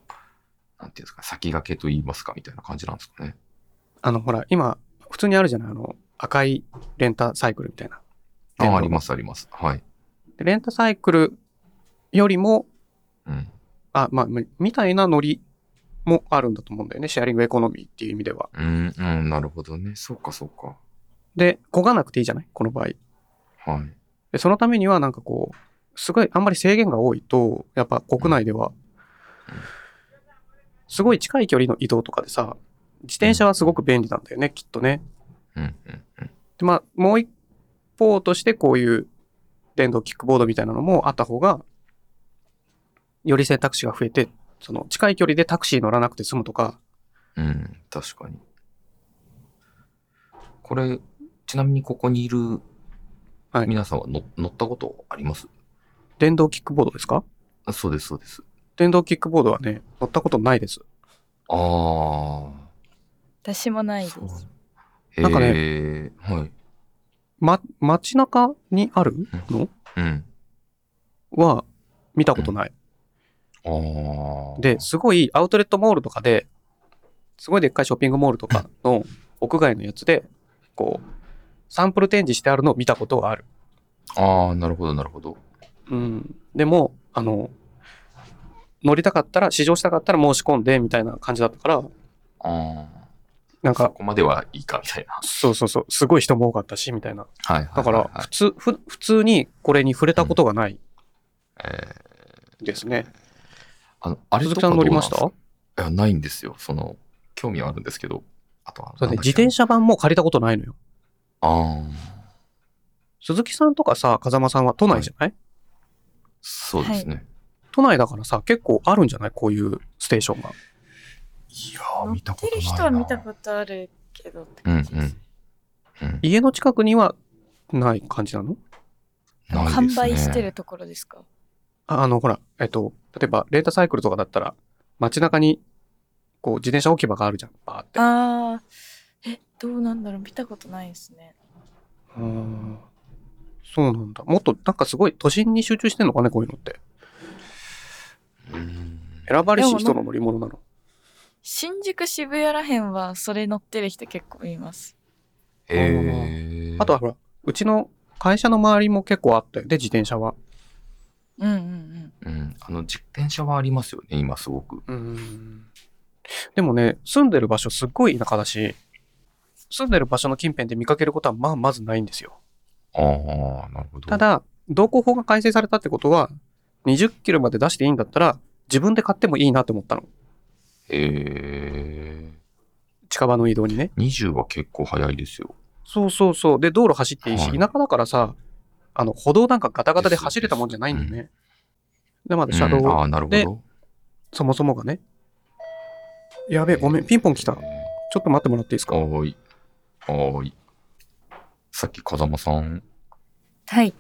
B: なんていうんですか、先駆けと言いますかみたいな感じなんですかね。
A: あの、ほら、今、普通にあるじゃないあの、赤いレンタサイクルみたいな。電
B: あ
A: 動
B: ありますあります。はい。
A: でレンタサイクルよりも、
B: うん。
A: あ、まあ、みみたいなノリもあるんだと思うんだよね。シェアリングエコノミーっていう意味では。
B: うん、うん、なるほどね。そうかそうか。
A: で、焦がなくていいじゃないこの場合。
B: はい。
A: で、そのためにはなんかこう、すごい、あんまり制限が多いと、やっぱ国内では、すごい近い距離の移動とかでさ、自転車はすごく便利なんだよね、きっとね。
B: うん、うん、うん。
A: で、まあ、もう一方としてこういう電動キックボードみたいなのもあった方が、より選択肢が増えて、その近い距離でタクシー乗らなくて済むとか、
B: うん、確かに。これ、ちなみにここにいる
A: はい
B: 皆さんはの、乗ったことあります
A: 電動キックボードですか
B: あそうです、そうです。
A: 電動キックボードはね、乗ったことないです。
B: ああ。
C: 私もないで
B: そう
C: す。
B: へ
A: なんか
B: え、はい。
A: ま、街中にあるの
B: うん。
A: は見たことない。
B: ああ。
A: で、すごいアウトレットモールとかで、すごいでっかいショッピングモールとかの屋外のやつで、こう、サンプル展示してあるのを見たことはある。
B: ああ、なるほど、なるほど。
A: うん。でも、あの、乗りたかったら、試乗したかったら申し込んでみたいな感じだったから、
B: あ
A: なん
B: あ。そ
A: か、
B: こまではいいか、みたいな。
A: そうそうそう、すごい人も多かったし、みたいな。
B: はい、はい。
A: だから
B: はい、
A: 普通、ふ普通にこれに触れたことがない
B: えー
A: ですね。
B: あの、あれ
A: 鈴木
B: と
A: さ
B: か
A: ん
B: どう
A: 乗り
B: なん
A: ま
B: で
A: し
B: す
A: た
B: かいや、ないんですよ。その、興味はあるんですけど。あとは、
A: そうね、
B: なんだっ
A: 自
B: け
A: 転車版も借りたことないのよ。
B: ああ。
A: 鈴木さんとかさ、風間さんは都内じゃない、
B: そうですね。
A: 都内だからさ、結構あるんじゃないこういうステーションが。
B: い、や
C: 乗ってる人は見たことあるけどって感じです。
B: とうん
A: 家の近くにはない感じなの
B: ないですね
C: 販売してるところですか
A: ああの、ほら、えっと、例えば、レータサイクルとかだったら、街中に、こう、自転車置き場があるじゃん、バーって。
C: ああ、え、どうなんだろう見たことないですね。
A: うーんそうなんだ。もっと、なんかすごい、都心に集中してんのかね、こういうのって。
B: うん
A: 選ばれし人の乗り物なの。
C: 新宿渋谷らへんはそれ乗ってる人結構います。
B: へえ。
A: あとは、ほら、うちの会社の周りも結構あったよね、自転車は。
C: うんうんうん。
B: うん、あの、自転車はありますよね、今すごく。
A: うんでもね、住んでる場所すっごい田舎だし、住んでる場所の近辺で見かけることはまあまずないんですよ。
B: ああ、なるほど。
A: た、だ、道交法が改正されたってことは、20キロまで出していいんだったら、自分で買ってもいいなって思ったの。
B: ええ。
A: 近場の移動にね。
B: 20は結構早いですよ。
A: そうそうそう。で、道路走っていいし、
B: はい
A: 田舎だからさ、あの、歩道なんかガタガタで走れたもんじゃないんだよ
B: で
A: ね。で、まだ車
B: うんあ
A: 道、
B: あ、なるほ
A: で
B: ど。
A: そもそもがね。やべえ、ごめん、ピンポン来た。
B: え
A: ち
B: ー
A: ょっと待ってもらっていいですか。
B: はーい。はーい。さっき風間さん、
C: はい。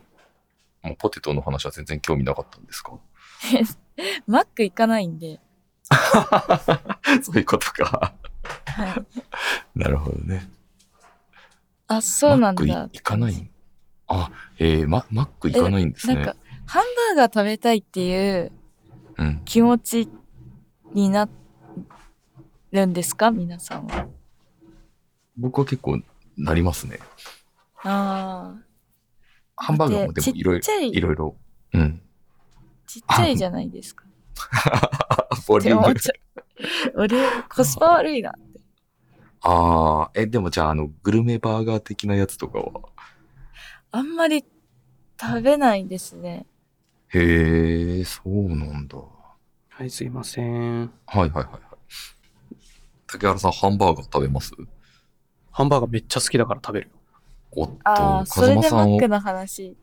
B: もうポテトの話は全然興味なかったんですか
C: マック行かないんで。
B: そういうことか。
C: はい。
B: なるほどね。
C: あ、そうなんだ。
B: マック行かないあ、えー、ママック行かないんです
C: な
B: ね。
C: んか、ハンバーガー食べたいっていう
B: うん。
C: 気持ちになるんですか皆さんは。
B: 僕は結構なりますね。
C: ああ。
B: ハンバーガーもで
C: ち
B: も
C: っ
B: いろい
C: ち
B: ろ、
C: ゃい
B: いろいろ。うん。
C: ちっちゃいじゃないで
B: [LAUGHS]
C: すか。
B: ボ
C: っ
B: リ
C: て
B: ュ
C: 思
B: ー
C: っ
B: ム。
C: ちゃう。俺、コスパ悪いなって。
B: ああ、え、でもじゃあ、あの、グルメバーガー的なやつとかは。
C: あんまり食べないですね。
B: へえ、そうなんだ。は
A: はい、すいません。
B: いはいはいはい。竹原さん、ハンバーガー食べます
A: ハンバーガーめっちゃ好きだから食べるよ。
B: おっと、
C: ああ、そ
B: 風
C: れ
B: 間
C: で
B: さ
C: マ
B: ん
C: ッ
B: を
C: ク。の話。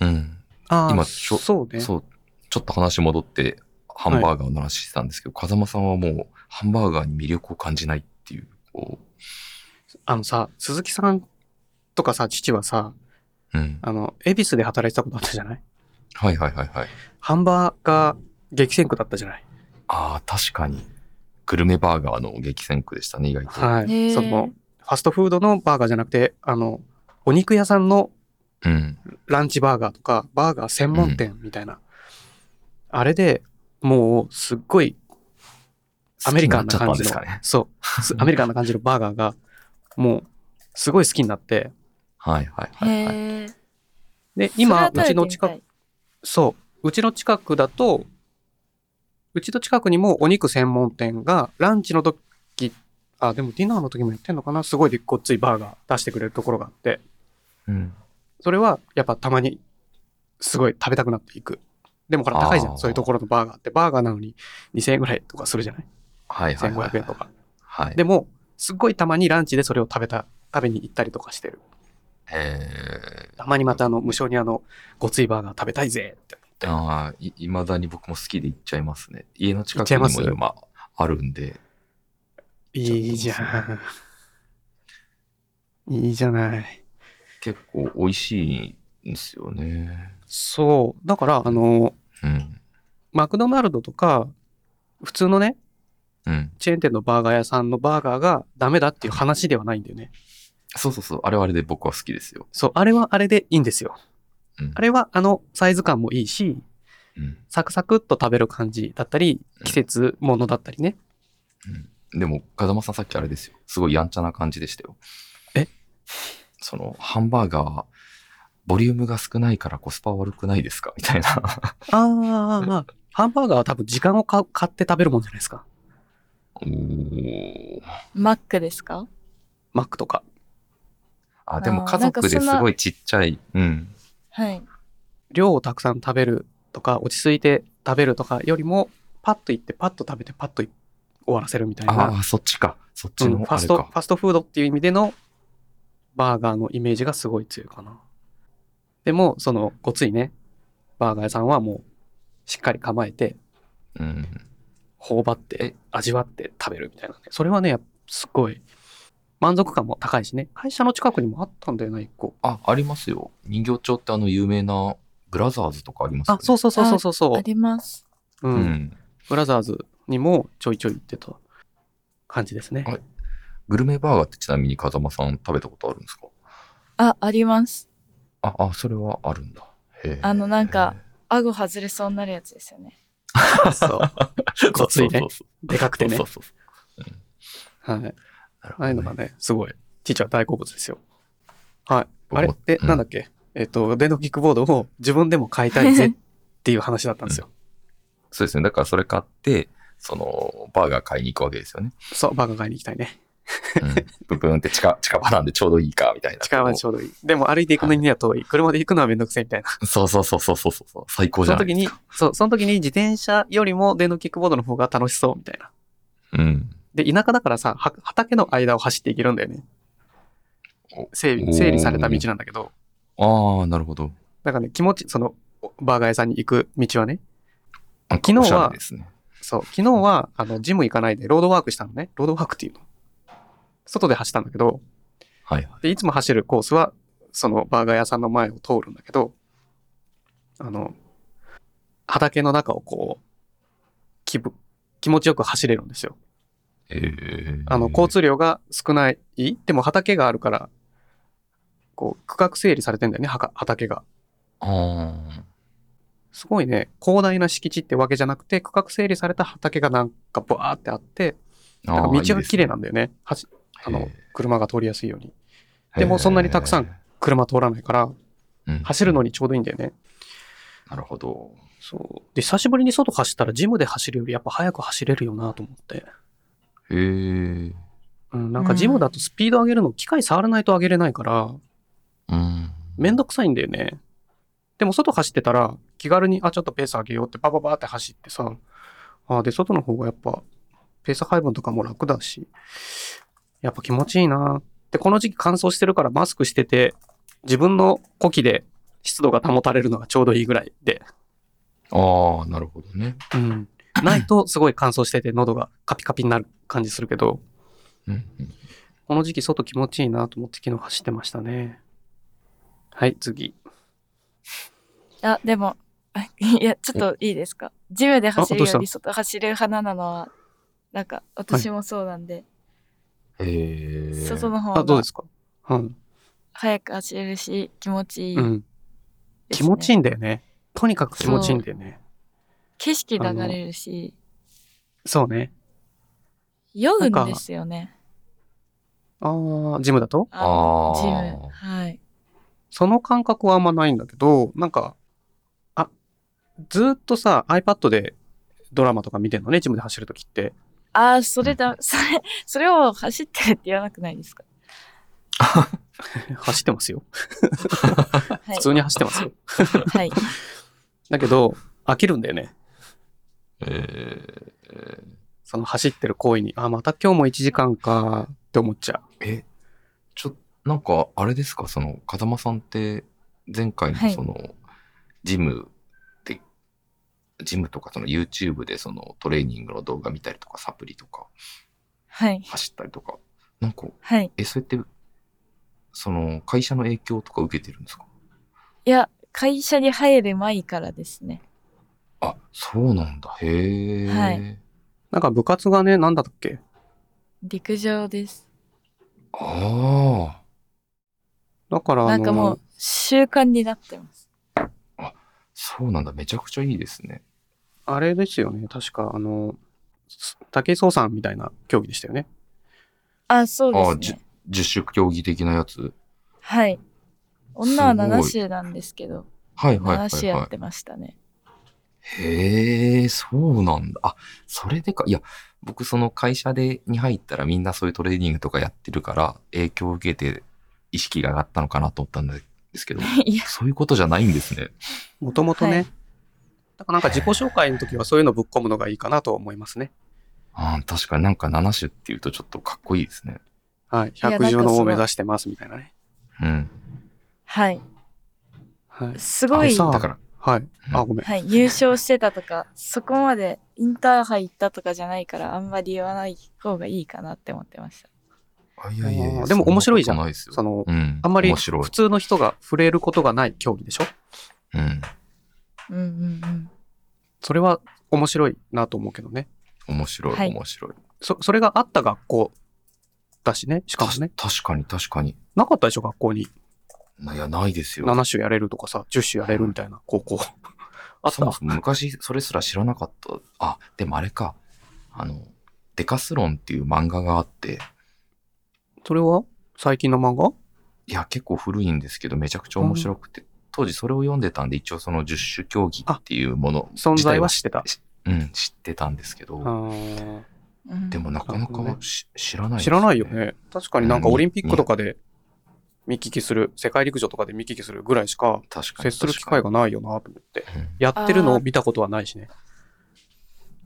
B: うん。
A: あー
B: 今しょ
A: そうね。
B: そう、ちょっと話戻って、ハンバーガーの話してたんですけど、風間さんはもう、ハンバーガーに魅力を感じないっていう、こ
A: あのさ、鈴木さんとかさ、父はさ、
B: う。うん。
A: あの、恵比寿で働いてたことあったじゃない
B: はいはいはいはい。
A: ハンバーガー激戦区だったじゃない
B: ああ、確かに。グルメバーガーの激戦区でしたね、意外と。
A: は
C: へ
A: い。
C: ー
A: その、ファストフードのバーガーじゃなくて、あの、お肉屋さんの
B: うん。
A: ランチバーガーとか、バーガー専門店みたいな。あれでもう、すっごい、アメリカンな感じ
B: 好きになっちゃったんで
A: の
B: すかね。
A: そう、すアメリカンな感じのバーガーが、もう、すごい好きになって、
B: はいはいはい、はい。
C: へえ。
A: で、今、う
C: それは食
A: ち
C: べてみたい
A: の近く、そう。うちの近くだと、うちの近くにもお肉専門店が、ランチの時、あ、でもディナーの時もやってんのかなすごいでごっついバーガー出してくれるところがあって、
B: うん。
A: それはやっぱたまにすごい食べたくなっていく。でもほら高いじゃ
B: あ
A: ん、
B: ー
A: そういうところのバーガーって。バーガーなのに2000円ぐらいとかするじゃない
B: はいはい、はい。
A: ?1500 円とか。
B: はい。
A: でも、すっごいたまにランチでそれを食べた、食べに行ったりとかしてる。
B: え
A: たまにまたあの、無償にあの、ごついバーガー食べたいぜって。
B: ー、ああ、いいまだに僕も好きで行っちゃいますね。家の近く
A: 行っちゃい
B: に
A: ます
B: も今あるんで。
A: いいじゃん。いいじゃない。
B: 結構美味しいんですよね。
A: そう。だから、あの、
B: うん。
A: マクドナルドとか、普通のね、
B: うん。
A: チェーン店のバーガー屋さんのバーガーがダメだっていう話ではないんだよね。
B: そうそうそう。あれはあれで僕は好きですよ。
A: そう、あれはあれでいいんですよ。
B: うん
A: あれはあのサイズ感もいいし、
B: うん。
A: サクサクっと食べる感じだったり、季節ものだったりね。
B: でも、風間さんさっきあれですよ。すごいやんちゃな感じでしたよ。
A: え
B: その、ハンバーガーは、ボリュームが少ないからコスパ悪くないですかみたいな。
A: [LAUGHS] あー、まあ、ハンバーガーは多分時間をか買って食べるもんじゃないですか。
B: おー
C: マックですか
A: マックとか。
B: あ、でも
C: あー
B: 家
C: なんか
B: 族です
C: そんな
B: ごいちっちゃい。うん。
C: はい。
A: 量をたくさん食べるとか、落ち着いて食べるとかよりも、パッと行って、パッと食べて、パッと終わらせるみたいな
B: あ。あ、そっちか。そっ
A: う
B: ち
A: ん
B: の
A: フ
B: あ
A: ァス
B: れ
A: ト、フ
B: か。
A: ァストフードっていう意味でのバーガーのイメージがすごい強いかな。でも、その、ごついね、バーガー屋さんはもう、しっかり構えて、
B: うん。
A: 頬張って、味わって食べるみたいなね。それはね、やっぱすごい、満足感も高いしね。会社の近くにもあったんだよな、一個。
B: あ、ありますよ。人形町ってあの有名なブラザーズとかありますよ
A: あ
B: ね、。
A: そうそうそうそうそうそ
C: あります。
A: う。う。
B: うんん。
A: ブラザーズにもちょいちょい行ってた感じですね。
B: あグルメバーガーってちなみに風間さん食べたことあるんですか
C: あ、あります。
B: あ、あ、それはあるんだ。へえ
C: あのなんか。顎外れそうになるやつですよね。
B: [LAUGHS]
A: そう。ごついね
B: そうそう
A: でかくてね
B: そう。そうそう
A: はい。
B: なるほ
A: ああ
B: ど
A: いうの
B: ね
A: がね、すごい、ちっちゃい大好物ですよ。はい。
B: 僕も
A: あれで、
B: うん
A: なんだっけえっと、電動キックボードを自分でも買いたいぜっていう話だったんですよ。
B: そうですね。だからそれ買って、その、バーガー買いに行くわけですよね。
A: そう、バカ買いに行きたいね。
B: うん、ブブーンって近、 [LAUGHS] 近場なんでちょうどいいか、みたいな。
A: 近場でちょうどいい。でも歩いていくのには遠い。車で行くのはめんどくせえみたいな。
B: [LAUGHS] そうそうそうそうそうそう。最高
A: そ
B: じゃ
A: の
B: な
A: 時
B: いで
A: に
B: すか。、
A: そう、その時に自転車よりも電動キックボードの方が楽しそうみたいな。
B: うん。
A: で、田舎だからさ、は畑の間を走っていけるんだよね
B: お。
A: 整備整理された道なんだけど、
B: ああ、なるほど。
A: だからね、気持ち、その、バーガー屋さんに行く道はね、
B: なんか
A: 昨日は
B: おしゃれですね。
A: そう、昨日は、あの、ジム行かないでロードワークしたのね。ロードワークっていうの。外で走ったんだけど、
B: はいはい。
A: で、いつも走るコースは、そのバーガー屋さんの前を通るんだけど、あの、畑の中をこう、気分、気持ちよく走れるんですよ。
B: えー、
A: あの、交通量が少ない、でも畑があるから、こう、区画整理されてんだよね、はか畑が。
B: あ
A: すごいね、広大な敷地ってわけじゃなくて、区画整理された畑がなんかバーってあって、
B: ー
A: なん
B: あ
A: か
B: ー。
A: 道が綺麗なん
B: で
A: だよね。はじあ
B: へ
A: の
B: ー、
A: 車が通りやすいように。
B: すね
A: でもそんなにたくさん、車通らないから、
B: うん
A: 走るのにちょうどいいんだよね。
B: なるほど。
A: そう。で、久しぶりに外走ったら、ジムで走るよりやっぱ早く走れるよなと思って。
B: へ
A: う
B: え。
A: ん、なんかジムだとスピード上げるの、機械触らないと上げれないから、
B: うん。
A: めんどくさいんだよね。でも外走ってたら、気軽に、あ、ちょっとペース上げようって、バババーって走ってさ、あで、外の方がやっぱ、ペース配分とかも楽だし、やっぱ気持ちいいなで、この時期乾燥してるからマスクしてて、自分の呼気で湿度が保たれるのがちょうどいいぐらいで、
B: ああ、なるほどね。
A: うん。ないとすごい乾燥してて喉がカピカピになる感じするけど、
B: うん
A: この時期外気持ちいいなと思って昨日走ってましたね。はい、次。
C: あ、でも、あいや、ちょっといいですか。ジムで走る
A: あど
C: よ
A: う
C: り外走る派なのは、なんか私もそうなんで、
B: うん。へえ。
C: 外の
A: あ、
C: 方
A: どう
C: が
A: ですかうん。
C: 早く走れるし、気持ちいい、
A: うん。気持ちいい
C: い。
A: んだよね。とにかく気持ちいいんだよね。
C: 景色流れるし、
A: そうね。
C: 酔うん
A: なんか
C: ですよね。
A: あージムだと
C: あの
B: あー
C: ジム。はい。
A: その感覚はあんまないんだけど、なんか、あ、ずーっとさ、iPad でドラマとか見てんのね、ジムで走るとき
C: [LAUGHS]
A: って。
C: ああ、それだ、それ、それを走ってるって言わなくないですか。
A: 走ってますよ。
C: はい。
A: 普通に走ってますよ。
C: はい。
A: だけど、飽きるんだよね。
B: へー
A: その走ってる行為に、あ、また今日も1時間かって思っちゃ
B: え、ちょ、なんか、あれですか、その、風間さんって、前回
C: は
B: の
C: い
B: その、ジムで、ジムとか、その YouTube でそのトレーニングの動画見たりとか、サプリとか、
C: はい。
B: 走ったりとか、なんか、
C: はい。
B: え、それって、その、会社の影響とか受けてるんですか
C: いや、会社に入る前からですね。
B: あ、そうなんだ。へえ。
C: はい
A: なんか部活がね、なんだったっけ
C: 陸上です。
B: ああ、
A: だから、
C: な
A: あ
C: んかも
A: の
C: う、習慣になってます。
B: そうなんだ。めちゃくちゃいいですね。
A: あれですよね、確か、あの、す武井壮さんみたいな競技でしたよね。
C: あ、そう
B: ああ、
C: です
B: じ
C: ね。
B: 十種競技的なやつ。
C: はい。女は
B: すごい
C: 7種なんですけど、
B: はいはいはい、
C: 7種や
B: は
C: ってましたね。 [LAUGHS]
B: い。へえ、そうなんだ。あ、それでか。いや、僕その会社でに入ったらみんなそういうトレーニングとかやってるから、影響を受けて意識が上がったのかなと思ったんですけど、
C: いや、
B: そういうことじゃないんですね。
A: もともとね、
C: はい
A: だからなんか自己紹介の時はそういうのぶっ込むのがいいかなと思いますね。
B: ああ、確かになんか7種っていうとちょっとかっこいいですね。
A: はい。
C: やなん
A: 百
C: か
A: 獣の
C: す
A: 王
C: ごい
A: を目指してますみたいなね。
B: うん。
C: はい。
A: はい。
C: すごい
A: あ、そう
B: だから、
A: はい。あ、ごめん。
C: はい、優勝してたとか、そこまでインターハイ行ったとかじゃないから、あんまり言わない方がいいかなって思ってました。
B: あいやいやい
A: あ
B: や
A: ーでも面白いじゃん
B: そなことないですよ
A: その、
B: うん、
A: あんまり
B: 面白い
A: 普。通の人が触れることがない競技でしょ
B: うん。
C: うんうん
A: それは面白いなと思うけどね。
B: 面白い、
C: はい
B: 面白い。
A: そ、それがあった学校だしね。しかもね。
B: た確かに、確かに。
A: なかったでしょ学校に。
B: いや、ないですよ。
A: 7種やれるとかさ、10種やれるみたいな高校。 [LAUGHS] あっ
B: そ
A: た
B: もそも昔、それすら知らなかった。あ、でもあれか。あの、デカスロンっていう漫画があって、
A: それは最近の漫画
B: いや、結構古いんですけど、めちゃくちゃ面白くて、当時それを読んでたんで、一応その十種競技っていうもの
A: 存在は知って
B: 自体
A: た。
B: うん、知ってたんですけ
A: あ
B: ど、
A: ー
C: うんうん。
B: でもなかな
A: なるほど
B: か
A: ね
B: し知らない、
A: 知らないよ。ね。確かになんかオリンピックとかで見聞きする、世界陸上とかで見聞きするぐらいしか
B: 確か
A: 接
B: に。
A: する機会がないよなと思って。
B: 確かに。うん
A: やってるのを見たことはないしね。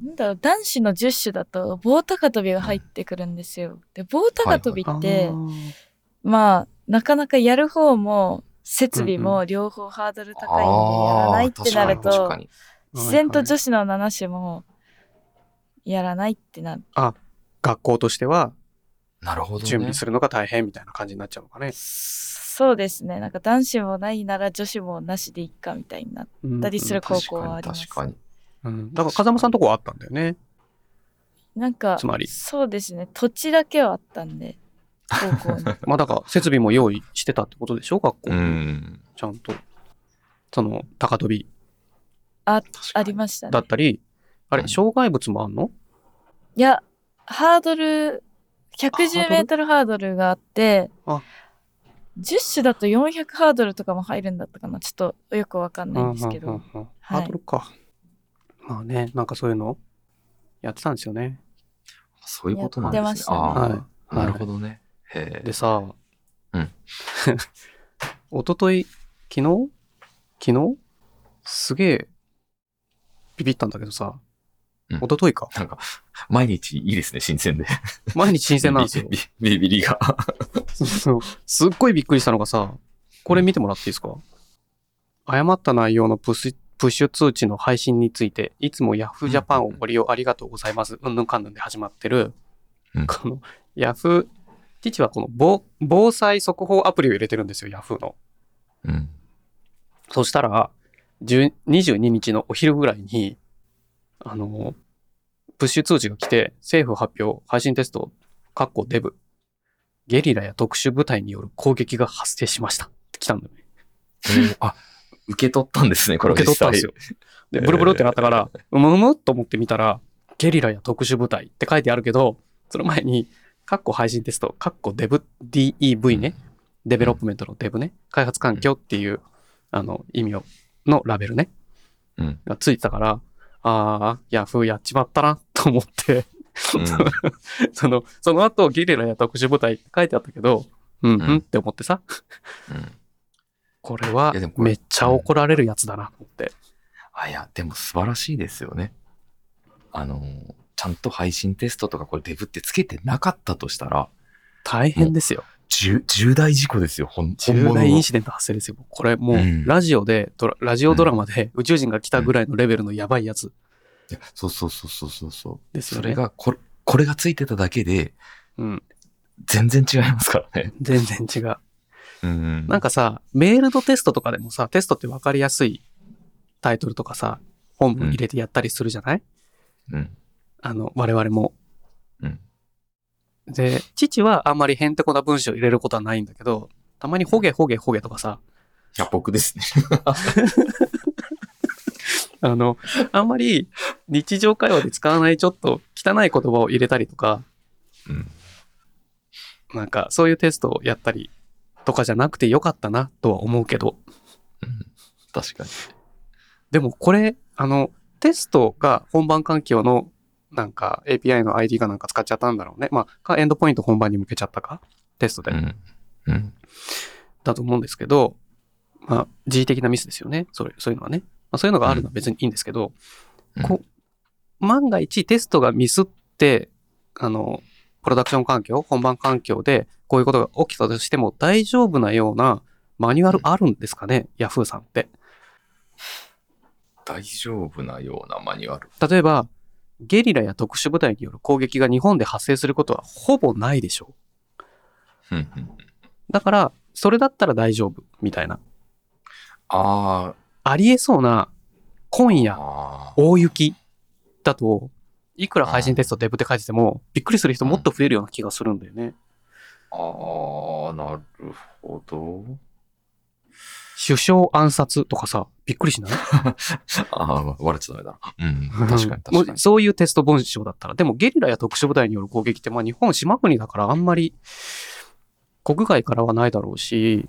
C: なんだろう、男子の10種だと棒高跳びが入ってくるんですよ。で、棒高跳びって、
A: あー
C: まあ、なかなかやる方も、設備も両方ハードル高いんで、やらないってなる
B: あー確か
C: と、
B: に
C: 自然と
A: はいは
C: 女
A: い
C: 子の7種も、やらないってなる。
A: 学校としては
B: なるほど、ね。
A: 準備するのが大変みたいな感じになっちゃうのかね。
C: そうですね。なんか男子もないなら女子もなしでいっかみたいになっ
A: うん
C: たりする高校はあります。
B: 確かに。
A: うんだから風間さんのとこはあったんだよね。
C: なんか、
A: つまり
C: そうですね。土地だけはあったんで、高校
A: [LAUGHS]
C: に。
A: まあだから設備も用意してたってことでしょ学校
B: 確かに。う
A: に
B: ん。
A: ちゃんと。その高跳び
B: 確か
C: あ
B: に
C: りました
A: だ
C: ね
A: っ。たり、あ
B: う
A: れ
B: ん
A: 障害物もあんの
C: いや、ハードル、
A: ハード
C: 110
A: ル
C: メートルハードルがあって
A: あ、
C: 10種だと400ハードルとかも入るんだったかな。ちょっとよくわかんないんですけ
A: うんうん
C: ど。
A: うんうん
C: はい
A: ハードルか。まあね、なんかそういうのやってたんですよね。
B: そういうことなんです
C: やってま
B: ね
C: し。たね
B: ああ、
A: は
B: なるほどね。へえ
A: で。さ、
B: うん。
A: [LAUGHS] おととい、昨日昨日すげえビビったんだけどさ、
B: うん
A: おとといか。
B: なんか、毎日いいですね、新鮮で。
A: 毎日新鮮なんですよ。
B: ビビビビリが。
A: そうそうすっごいびっくりしたのがさ、これ見てもらっていいですか誤った内容のプッシュプッシュ通知の配信について、いつも Yahoo Japan をご利用ありがとうございます。うんぬんかんぬんで始まってる、
B: うん
A: この Yahoo、父はこの防防災速報アプリを入れてるんですよ、Yahoo の。
B: うん。
A: そしたら、10 22日のお昼ぐらいに、あの、プッシュ通知が来て、政府発表、配信テスト、カッコデブ、ゲリラや特殊部隊による攻撃が発生しました。って来たんだよね。
B: あ、受け取ったんですね、これ
A: 受け取ったんですよ。。で、
B: えー
A: ブルブルってなったから、うむうむっと思ってみたら、ゲリラや特殊部隊って書いてあるけど、その前に、カッコ配信テスト、カッコデブ、DEV ね、デベロップメントのデブね、開発環境っていう、あの、意味を、のラベルね。
B: うん。
A: がついてたから、ああ、ヤフーやっちまったな [LAUGHS] と思って、
B: うん
A: [LAUGHS] その、その後、ゲリラや特殊部隊って書いてあったけど、うん、うん、
B: うん
A: って思ってさ、
B: うん
A: これはい
B: やでもこれ
A: めっちゃ怒られるやつだなと思って。
B: あ、いや、でも素晴らしいですよね。あのー、ちゃんと配信テストとかこれデブってつけてなかったとしたら、
A: 大変ですよ。
B: 重重大事故ですよ、ほん本
A: 重
B: 物の
A: 大インシデント発生ですよ。これもう
B: うん、
A: ラジオでドラ、ラジオドラマで宇宙人が来たぐらいのレベルのやばいやつ
B: いやそうそうそうそうそうそう。
A: ですよ
B: そ
A: ね。
B: れがこれ、これがついてただけで、
A: うん、
B: 全然違いますからね。
A: 全然違う。
B: うん
A: なんかさ、メールのテストとかでもさ、テストって分かりやすいタイトルとかさ、本部入れてやったりするじゃない、
B: うん。
A: あの、我々も。
B: うん
A: で、父はあんまりへんてこな文章入れることはないんだけど、たまにほげほげほげとかさ、
B: 百僕ですね。
A: あの、あんまり日常会話で使わないちょっと汚い言葉を入れたりとか、
B: うん。
A: なんかそういうテストをやったりとかじゃなくてよかったなとは思うけど、
B: うん確かに。
A: でもこれ、あの、テストが本番環境のなんか API の ID かなんか使っちゃったんだろうね。まあ、かエンドポイント本番に向けちゃったかテストで。
B: うん。うん。
A: だと思うんですけど、まあ、恣意的なミスですよね。それそういうのはね。まあ、そういうのがあるのは別にいいんですけど、
B: うん
A: こう万が一テストがミスって、あの、プロダクション環境、本番環境でこういうことが起きたとしても大丈夫なようなマニュアルあるんですかね、ヤフーさんって。
B: 大丈夫なようなマニュアル。
A: 例えば、ゲリラや特殊部隊による攻撃が日本で発生することはほぼないでしょ
B: うんうん。
A: う。だから、それだったら大丈夫、みたいな。
B: あ
A: ありえそうな、今
B: ー
A: 夜、
B: あー。
A: 大雪だと、いくら配信テストデブって書いてても、びっくりする人もっと増えるような気がするんだよね。
B: ああ、なるほど。
A: 首相暗殺とかさ、びっくりしない
B: ああ、笑っちゃダメだな。うん。確かに、
A: もう
B: 確かに。
A: そういうテスト文章だったら。でもゲリラや特殊部隊による攻撃って、まあ日本島国だからあんまり国外からはないだろうし、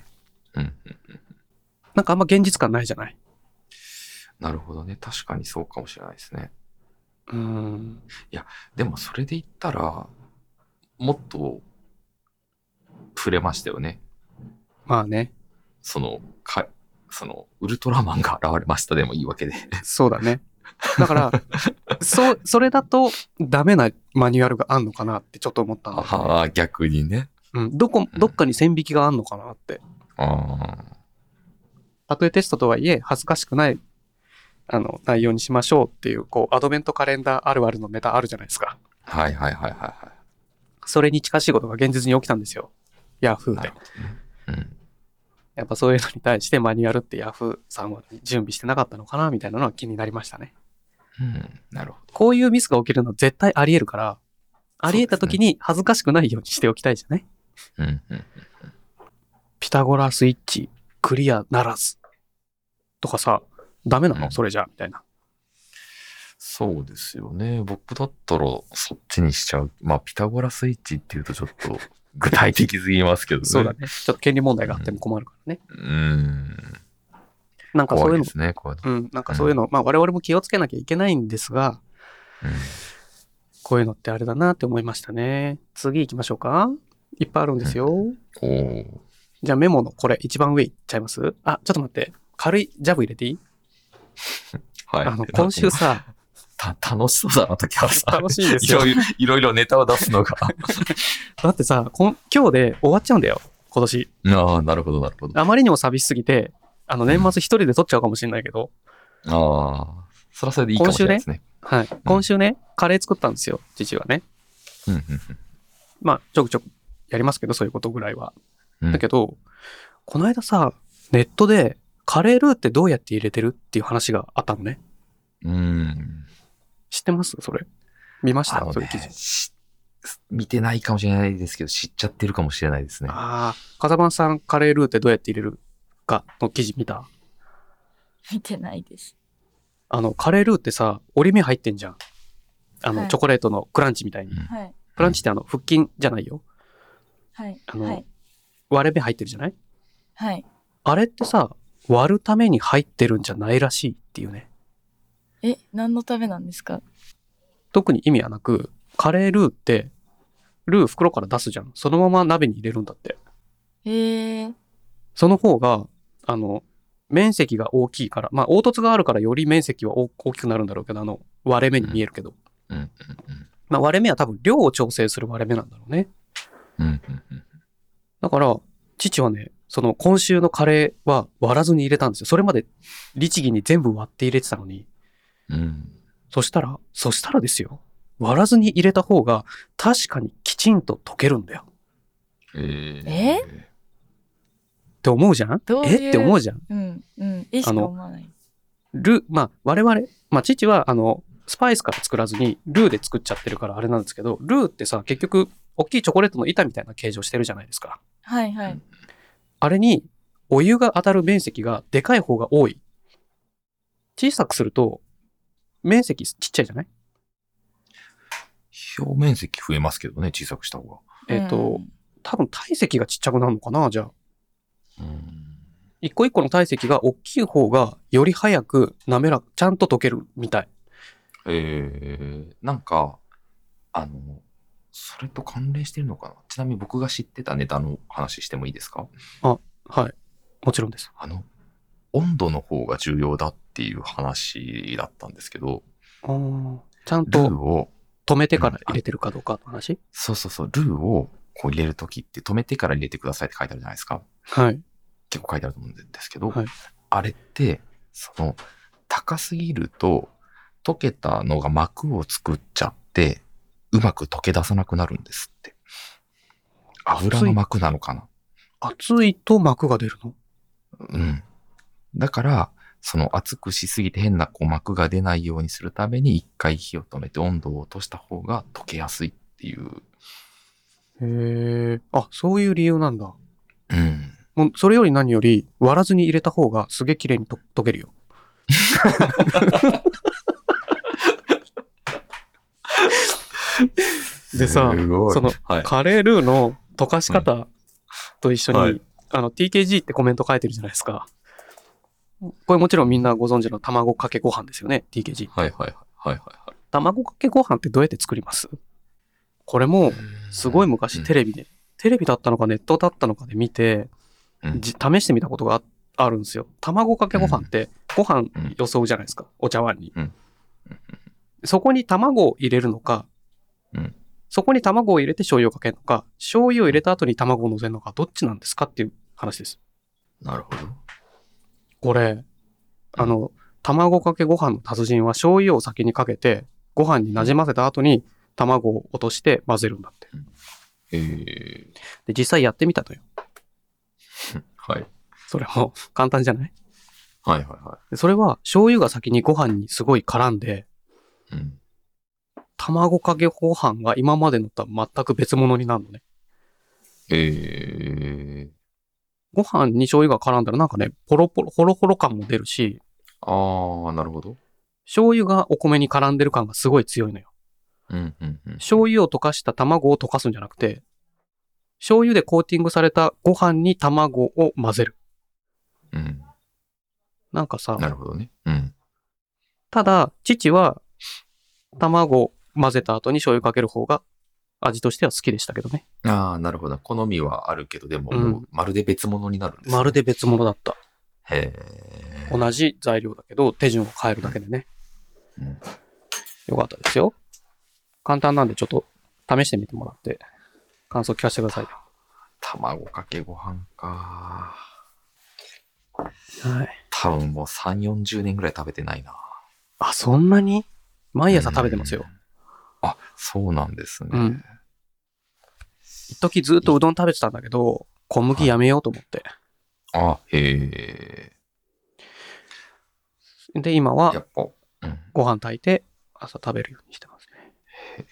B: うん。
A: なんかあんま現実感ないじゃない。
B: なるほどね。確かにそうかもしれないですね。
A: うん。
B: でも、それで言ったら、もっと、触れましたよね。
A: まあね。
B: その、か、その、ウルトラマンが現れましたでもいいわけで。
A: そうだね。だから、そう、それだとダメなマニュアルがあんのかなってちょっと思ったんだよね
B: ああ、逆にね。
A: うん。どこ、どっかに線引きがあんのかなって。
B: あ
A: たとえテストとはいえ恥ずかしくないあの内容にしましょうっていうこうアドベントカレンダーあるあるのネタあるじゃないですか
B: あ。はいはいはいはいは
A: それに近しいことが現実に起きたんですよヤフー
B: な
A: で
B: るい。うん。
A: やっぱそういうのに対してマニュアルってヤフーさんは準備してなかったのかなみたいなのは気になりましたね
B: うん。なるほど。
A: こういうミスが起きるのは絶対ありえるからありえた時に恥ずかしくないようにしておきたいじゃない、
B: うんうん。
A: ピタゴラスイッチクリアならずとかさダメな
B: う
A: の
B: ん
A: それじゃみたいな
B: そうですよね。僕だったらそっちにしちゃう。まあ、ピタゴラスイッチっていうとちょっと具体的すぎますけどね。
A: そうだ。ねちょっと権利問題があっても困るからね
B: うーん。
A: なんかそういう
B: 怖い
A: の
B: ですね、こういうの。
A: うん、なんかそういうの、まあ我々も気をつけなきゃいけないんですが、
B: うん
A: こういうのってあれだなって思いましたね。次行きましょうか。いっぱいあるんですよ。
B: おー
A: じゃあメモのこれ一番上行っちゃいますあ、ちょっと待って。軽いジャブ入れていい、
B: はい。
A: あの、今週さ、
B: た楽しそうだな、竹原さん。
A: 楽しいんで
B: い
A: すよ
B: ろ。いろいろいろネタを出す
A: [LAUGHS]
B: のが。
A: だってさ、こん今日で終わっちゃうんだよ。今年。
B: ああ、なるほど、なるほど。あ
A: あまりにも寂しすぎて、あの、年末一人で撮っちゃうかもしれないけど、
B: あー、そらそれでいいかもしれないですね。
A: はい。今週ね、カレー作ったんですよ。父はね。
B: うんうん
A: まあ、ちょくちょくやりますけど、そういうことぐらいは。
B: うん
A: だけど、この間さ、ネットで、カレールーってどうやって入れてるっていう話があったのね。
B: うん。うん。
A: 知ってますそれ。見まし
B: あ
A: た、
B: の
A: そういう記
B: ね
A: 事。、
B: し見てないかもしれないですけど、知っちゃってるかもしれないですね。
A: ああ、風間さん、カレールーってどうやって入れるかの記事見た
C: 見てないです。
A: あの、カレールーってさ、折り目入ってんじゃん。あの、
C: はい
A: チョコレートのクランチみたいに。
B: うん
C: はい。
A: クランチってあの、腹筋じゃないよ。
C: はい。
A: あの
C: はい。
A: 割れ目入ってるじゃない
C: はい。
A: あれってさ、割るために入ってるんじゃないらしいっていうね。
C: え、何のためなんですか
A: 特に意味はなく、カレールーって、ルー袋から出すじゃん。そのまま鍋に入れるんだって。
C: えー、
A: その方が、あの、面積が大きいから、まあ、凹凸があるからより面積は大大きくなるんだろうけど、あの、割れ目に見えるけど。
B: うんうん
A: まあ、割れ目は多分量を調整する割れ目なんだろうね。
B: うん。うんうんうん。
A: だから、父はね、その今週のカレーは割らずに入れたんですよ。それまで律儀に全部割って入れてたのに。
B: うん。
A: そしたら、そしたらですよ。割らずに入れた方が確かにきちんと溶けるんだよ。
B: えー
C: え
A: って思うじゃん
C: どういう
A: えって思うじゃん
C: うん。うん。えし
A: あ
C: か
A: の
C: 思わない。
A: ル、まあ、我々、まあ、父は、あの、スパイスから作らずに、ルーで作っちゃってるからあれなんですけど、ルーってさ、結局、大きいチョコレートの板みたいな形状してるじゃないですか。
C: はいは
B: う
C: い
B: ん。
A: あれに、お湯が当たる面積がでかい方が多い。小さくすると、面積ちっちゃいじゃない
B: 表面積増えますけどね、小さくした方
A: えっ、と、多分体積がちっちゃくなるのかな、じゃあ。
B: が。うん。
A: 一個一個の体積が大きい方が、より早く、滑らか、ちゃんと溶けるみたい。
B: えー、なんか、あの、それと関連してるのかなちなみに僕が知ってたネタの話してもいいですか
A: はい。もちろんです。
B: あの、温度の方が重要だっていう話だったんですけど、
A: あーちゃん
B: ルー
A: と
B: を、
A: 止めてから入れてるかどうかの話、
B: そうそうそう、ルーをこう入れるときって止めてから入れてくださいって書いてあるじゃないですか。
A: はい。
B: 結構書いてあると思うんですけど、
A: はい
B: あれって、その、高すぎると、溶けたのが膜を作っちゃって、うまく溶け出さなくなるんですって。油の膜なのかな
A: 熱いと膜が出るの
B: うん。だから、その熱くしすぎて変なこう膜が出ないようにするために一回火を止めて温度を落とした方が溶けやすいっていう。
A: へえ。あ、そういう理由なんだ。
B: うん。
A: もう、それより何より、割らずに入れた方がすげえ綺麗にと溶けるよ。でさ
B: すごい
A: その、
B: はい、
A: カレールーの溶かし方と一緒に、
B: うんはい
A: あの、TKG ってコメント書いてるじゃないですか。これもちろんみんなご存知の卵かけご飯ですよね、TKG。
B: はいはいはいはいは
A: 卵かけご飯ってどうやって作りますこれも
B: い、。
A: すごい昔テ
B: レ
A: レビで、テレビだったのかネットだったのかで見て、
B: うん
A: じ試してみたことがああるんですよ。卵かけご飯ってご飯
B: うん
A: よそうじゃないですか、お茶碗に
B: うんうん。
A: そこに卵を入れるのか
B: うん、
A: そこに卵を入れて醤油をかけるのか、醤油を入れた後に卵を乗せるのか、どっちなんですかっていう話です。
B: なるほど。
A: これ、あの、卵かけご飯の達人は醤油を先にかけて、ご飯になじませた後に卵を落として混ぜるんだって。
B: えー、
A: で、実際やってみたとよ。
B: はい。
A: それも簡単じゃない
B: はいはいは
A: でそれは醤油が先にご飯にすごい絡んで、
B: い。うん。
A: 卵かけご飯が今までのとは全く別物になるのね。
B: えー、
A: ご飯に醤油が絡んだらなんかね、ポロポロ、ホロホロ感も出るし、
B: あー、なるほど。
A: 醤油がお米に絡んでる感がすごい強いのよ。
B: うんうんうん。
A: 醤油を溶かした卵を溶かすんじゃなくて、醤油でコーティングされたご飯に卵を混ぜる。
B: うん。
A: なんかさ、
B: なるほどね。うん。
A: ただ、父は、卵を混ぜた後に醤油かける方が味としては好きでしたけどね。
B: あー、なるほど。好みはあるけど、でも、
A: うん
B: もうまるで別物になるんです、
A: まるで別物だった。
B: へえ。
A: 同じ材料だけど手順を変えるだけでね、
B: うん
A: よかったですよ簡単なんでちょっと試してみてもらって感想聞かせてくださいよ
B: 卵かけご飯か。
A: はい
B: 多分もう3、40年ぐらい食べてないな。
A: あそんなに毎朝食べてますよ
B: うん。あ、そうなんですね。
A: うん一時ずっとうどん食べてたんだけど小麦やめようと思って、
B: あ、へえ。
A: で今
B: や
A: は
B: っぱ、うん、
A: ご飯炊いて朝食べるようにしてますね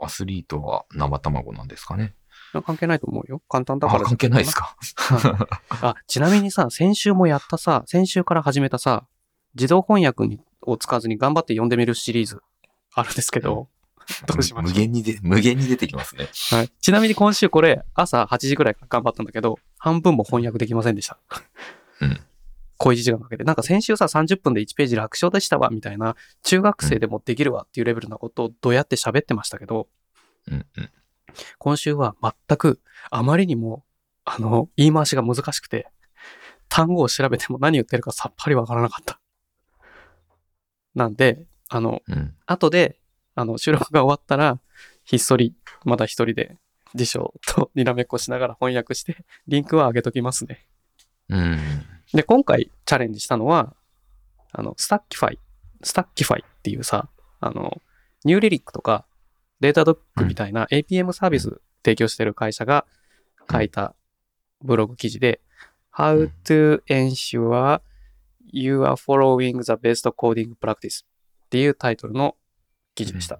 B: アスリートは生卵なんですかね。
A: 関係ないと思うよ簡単だ
B: あ、
A: から
B: 関係ないですか。
A: あちなみにさ先週もやったさ先週から始めたさ自動翻訳にを使わずに頑張って読んでみるシリーズあるんですけど、どうしましょう
B: 無限にで、無限に出てきますね。
A: はい、ちなみに今週これ朝8時ぐらいから頑張ったんだけど半分も翻訳できませんでした。
B: うん
A: 小一時間かけてなんか先週さ30分で1ページ楽勝でしたわみたいな中学生でもできるわっていうレベルなことをどうやって喋ってましたけど
B: うんうん。
A: 今週は全くあまりにもあの言い回しが難しくて単語を調べても何言ってるかさっぱりわからなかった。なんであの
B: うん。
A: 後で、あの、収録が終わったら、ひっそり、まだ一人で、辞書と [LAUGHS] にらめっこしながら翻訳して、リンクは上げときますね。
B: うん。
A: で、今回チャレンジしたのは、あの、スタッキファイ、スタッキファイっていうさ、あの、ニューリリックとか、データドックみたいな APM サービス提供してる会社が書いたブログ記事で、How to ensure You are following the best coding practice っていうタイトルの記事でした。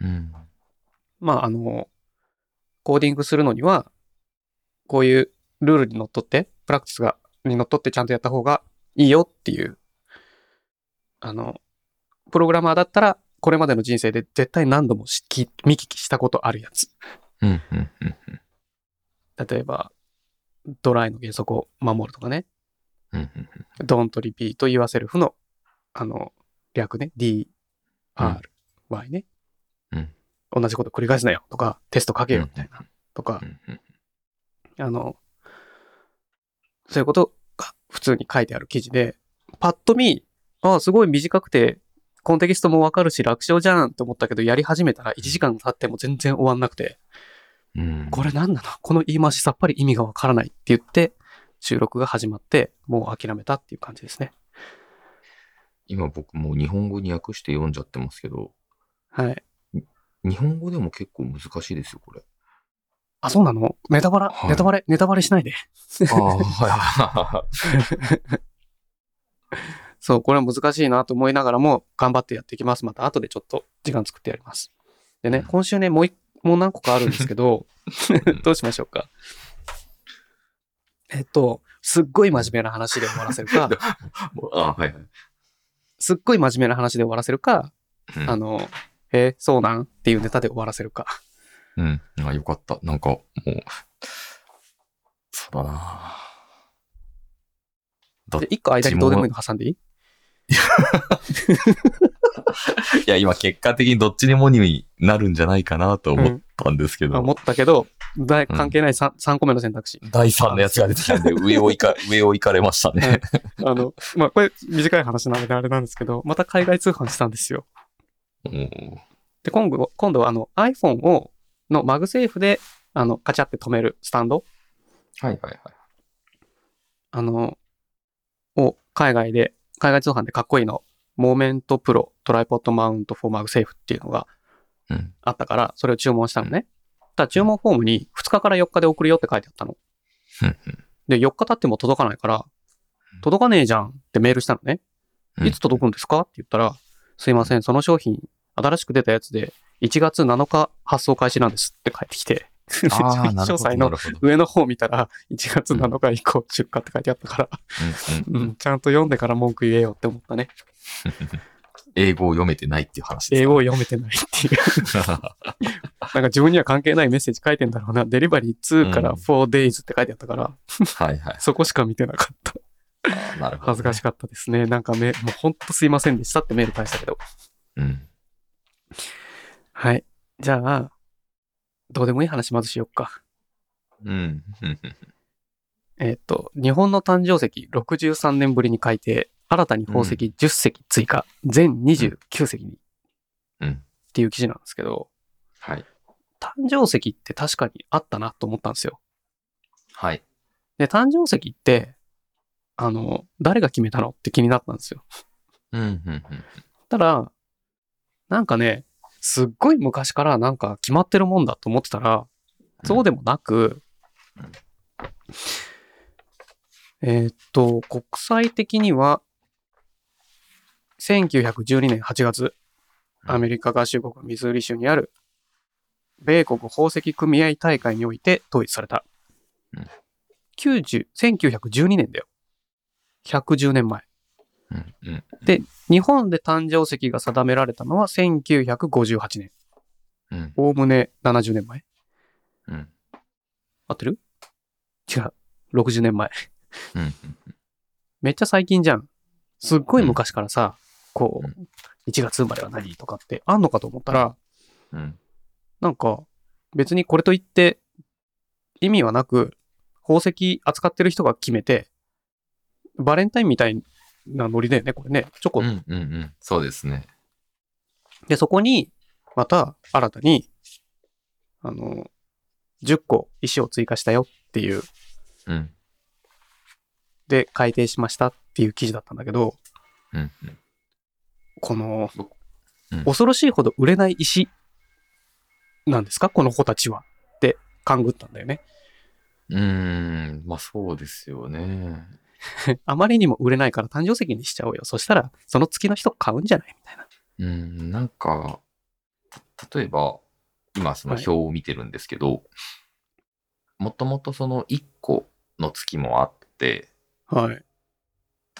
B: うん。
A: まあ、あの、コーディングするのには、こういうルールにのっとって、プラクティスが、にのっとってちゃんとやった方がいいよっていう、あの、プログラマーだったら、これまでの人生で絶対何度もしき見聞きしたことあるやつ。
B: うん。うん。うん。
A: 例えば、ドライの原則を守るとかね、
B: うん。うん。
A: Don't repeat yourself の、あの、略ね、D, R, Y ね。
B: うん
A: 同じこと繰り返すなよとか、テスト書けよみたいな。とか
B: う、ん。うん。
A: あの、そういうことが普通に書いてある記事で、パッと見、ああ、すごい短くて、コンテキストもわかるし楽勝じゃんと思ったけど、やり始めたら1時間経っても全然終わんなくて、
B: うん。
A: これ何なのこの言い回しさっぱり意味がわからないって言って、収録が始まって、もう諦めたっていう感じですね。
B: 今僕もう日本語に訳して読んじゃってますけど、
A: はい。
B: 日本語でも結構難しいですよ、これ。
A: あ、そうなのネタバラ、
B: はい
A: ネタバレ、ネタバレしないで。
B: ああ、は
A: そう、これは難しいなと思いながらも、頑張ってやっていきます。また後でちょっと時間作ってやります。でね、今週ね、もう一、もう何個かあるんですけど、 [LAUGHS] どうしましょうか。えっと、すっごい真面目な話で終わらせるか、
B: いはい。ああ、はいはい。
A: すっごい真面目な話で終わらせるか、
B: うん
A: あの、えーそうなんっていうネタで終わらせるか。
B: うん。あ、よかった。なんか、もう、そうだな。ど
A: で、一個間にどうでもいいの挟んでいい
B: いや、今、結果的にどっちにもになるんじゃないかなと思ったんですけど、
A: あ思ったけど、だい関係ない 3, 三個目の選択肢。
B: 第3のやつが出てきたんで、上をいか、上を行かれましたね。
A: あの、まあ、これ短い話なのであれなんですけど、また海外通販したんですよ。
B: うん
A: で、今度、今度はあの iPhone を、のマグセーフで、あの、カチャって止めるスタンド、
B: はいはいはい。
A: あの、を海外で、海外通販でかっこいいの、モーメントプロトライポッドマウントフォーマグセーフっていうのが
B: うん。
A: あったから、それを注文したのね。ただ注文フォームに2日から4日で送るよって書いてあったの。
B: うん
A: で、4日経っても届かないから、届かねえじゃんってメールしたのね。
B: うん
A: いつ届くんですかって言ったら、すいません、その商品、新しく出たやつで、1月7日発送開始なんですって返ってきて、 [LAUGHS]
B: ああ、なる
A: 詳
B: ほど。
A: 細
B: な
A: の
B: るほど。
A: 上の方見たら、1月7日以降出荷って書いてあったから、
B: うんうん
A: うんちゃんと読んでから文句言えよって思ったね。
B: 英語を読めてないっていう話です、 [LAUGHS]
A: 英語を読めてないって [LAUGHS] いう。なんか自分には関係ないメッセージ書いてんだろうな。デリバリー2から
B: うん
A: 4days って書いてあったから、
B: はいはい。
A: そこしか見てなかった。
B: あなるほど。
A: [LAUGHS] 恥ずかしかったですね。なんかめ、もうほんとすいませんでしたってメール返したけど。
B: うん。
A: はい。じゃあ、どうでもいい話まずしよっか。
B: うん。うん
A: えっと、日本の誕生石63年ぶりに改定、新たに宝石10石追加、全29石に、
B: うん
A: っていう記事なんですけど、
B: はい。
A: 誕生石って確かにあったなと思ったんですよ。
B: はい。
A: で、誕生石って、あの、誰が決めたのって気になったんですよ。
B: うん。うん。
A: ただ、なんかね、すっごい昔からなんか決まってるもんだと思ってたら、そうでもなく、えーっと、国際的には、1912年8月、
B: うん
A: アメリカ合衆国ミズーリ州にある、米国宝石組合大会において統一された
B: うん。
A: 90 1912年だよ。110年前。
B: うん。うん。
A: 日本で誕生石が定められたのは1958年。
B: うん。
A: おおむね70年前。
B: うん。
A: 合ってる違う。60年前。
B: うん。
A: めっちゃ最近じゃん。すっごい昔からさ、こ
B: う
A: う、1月生まれは何とかってあんのかと思ったら、
B: うん。
A: なんか、別にこれといって、意味はなく、宝石扱ってる人が決めて、バレンタインみたいなノリだよね、これね。チョコ
B: うん。うん。そうですね。
A: で、そこに、また新たに、あの、10個石を追加したよっていう、
B: うん。
A: で、改定しましたっていう記事だったんだけど、
B: うん。
A: この
B: うん、
A: 恐ろしいほど売れない石なんですかこの子たちは。って、勘ぐったんだよね。
B: うーん、まあそうですよね。
A: あまりにも売れないから誕生石にしちゃおうよ。そしたら、その月の人買うんじゃないみたいな。
B: うん、なんか、た例えば、今その表を見てるんですけど、もともとその1個の月もあって、
A: はい。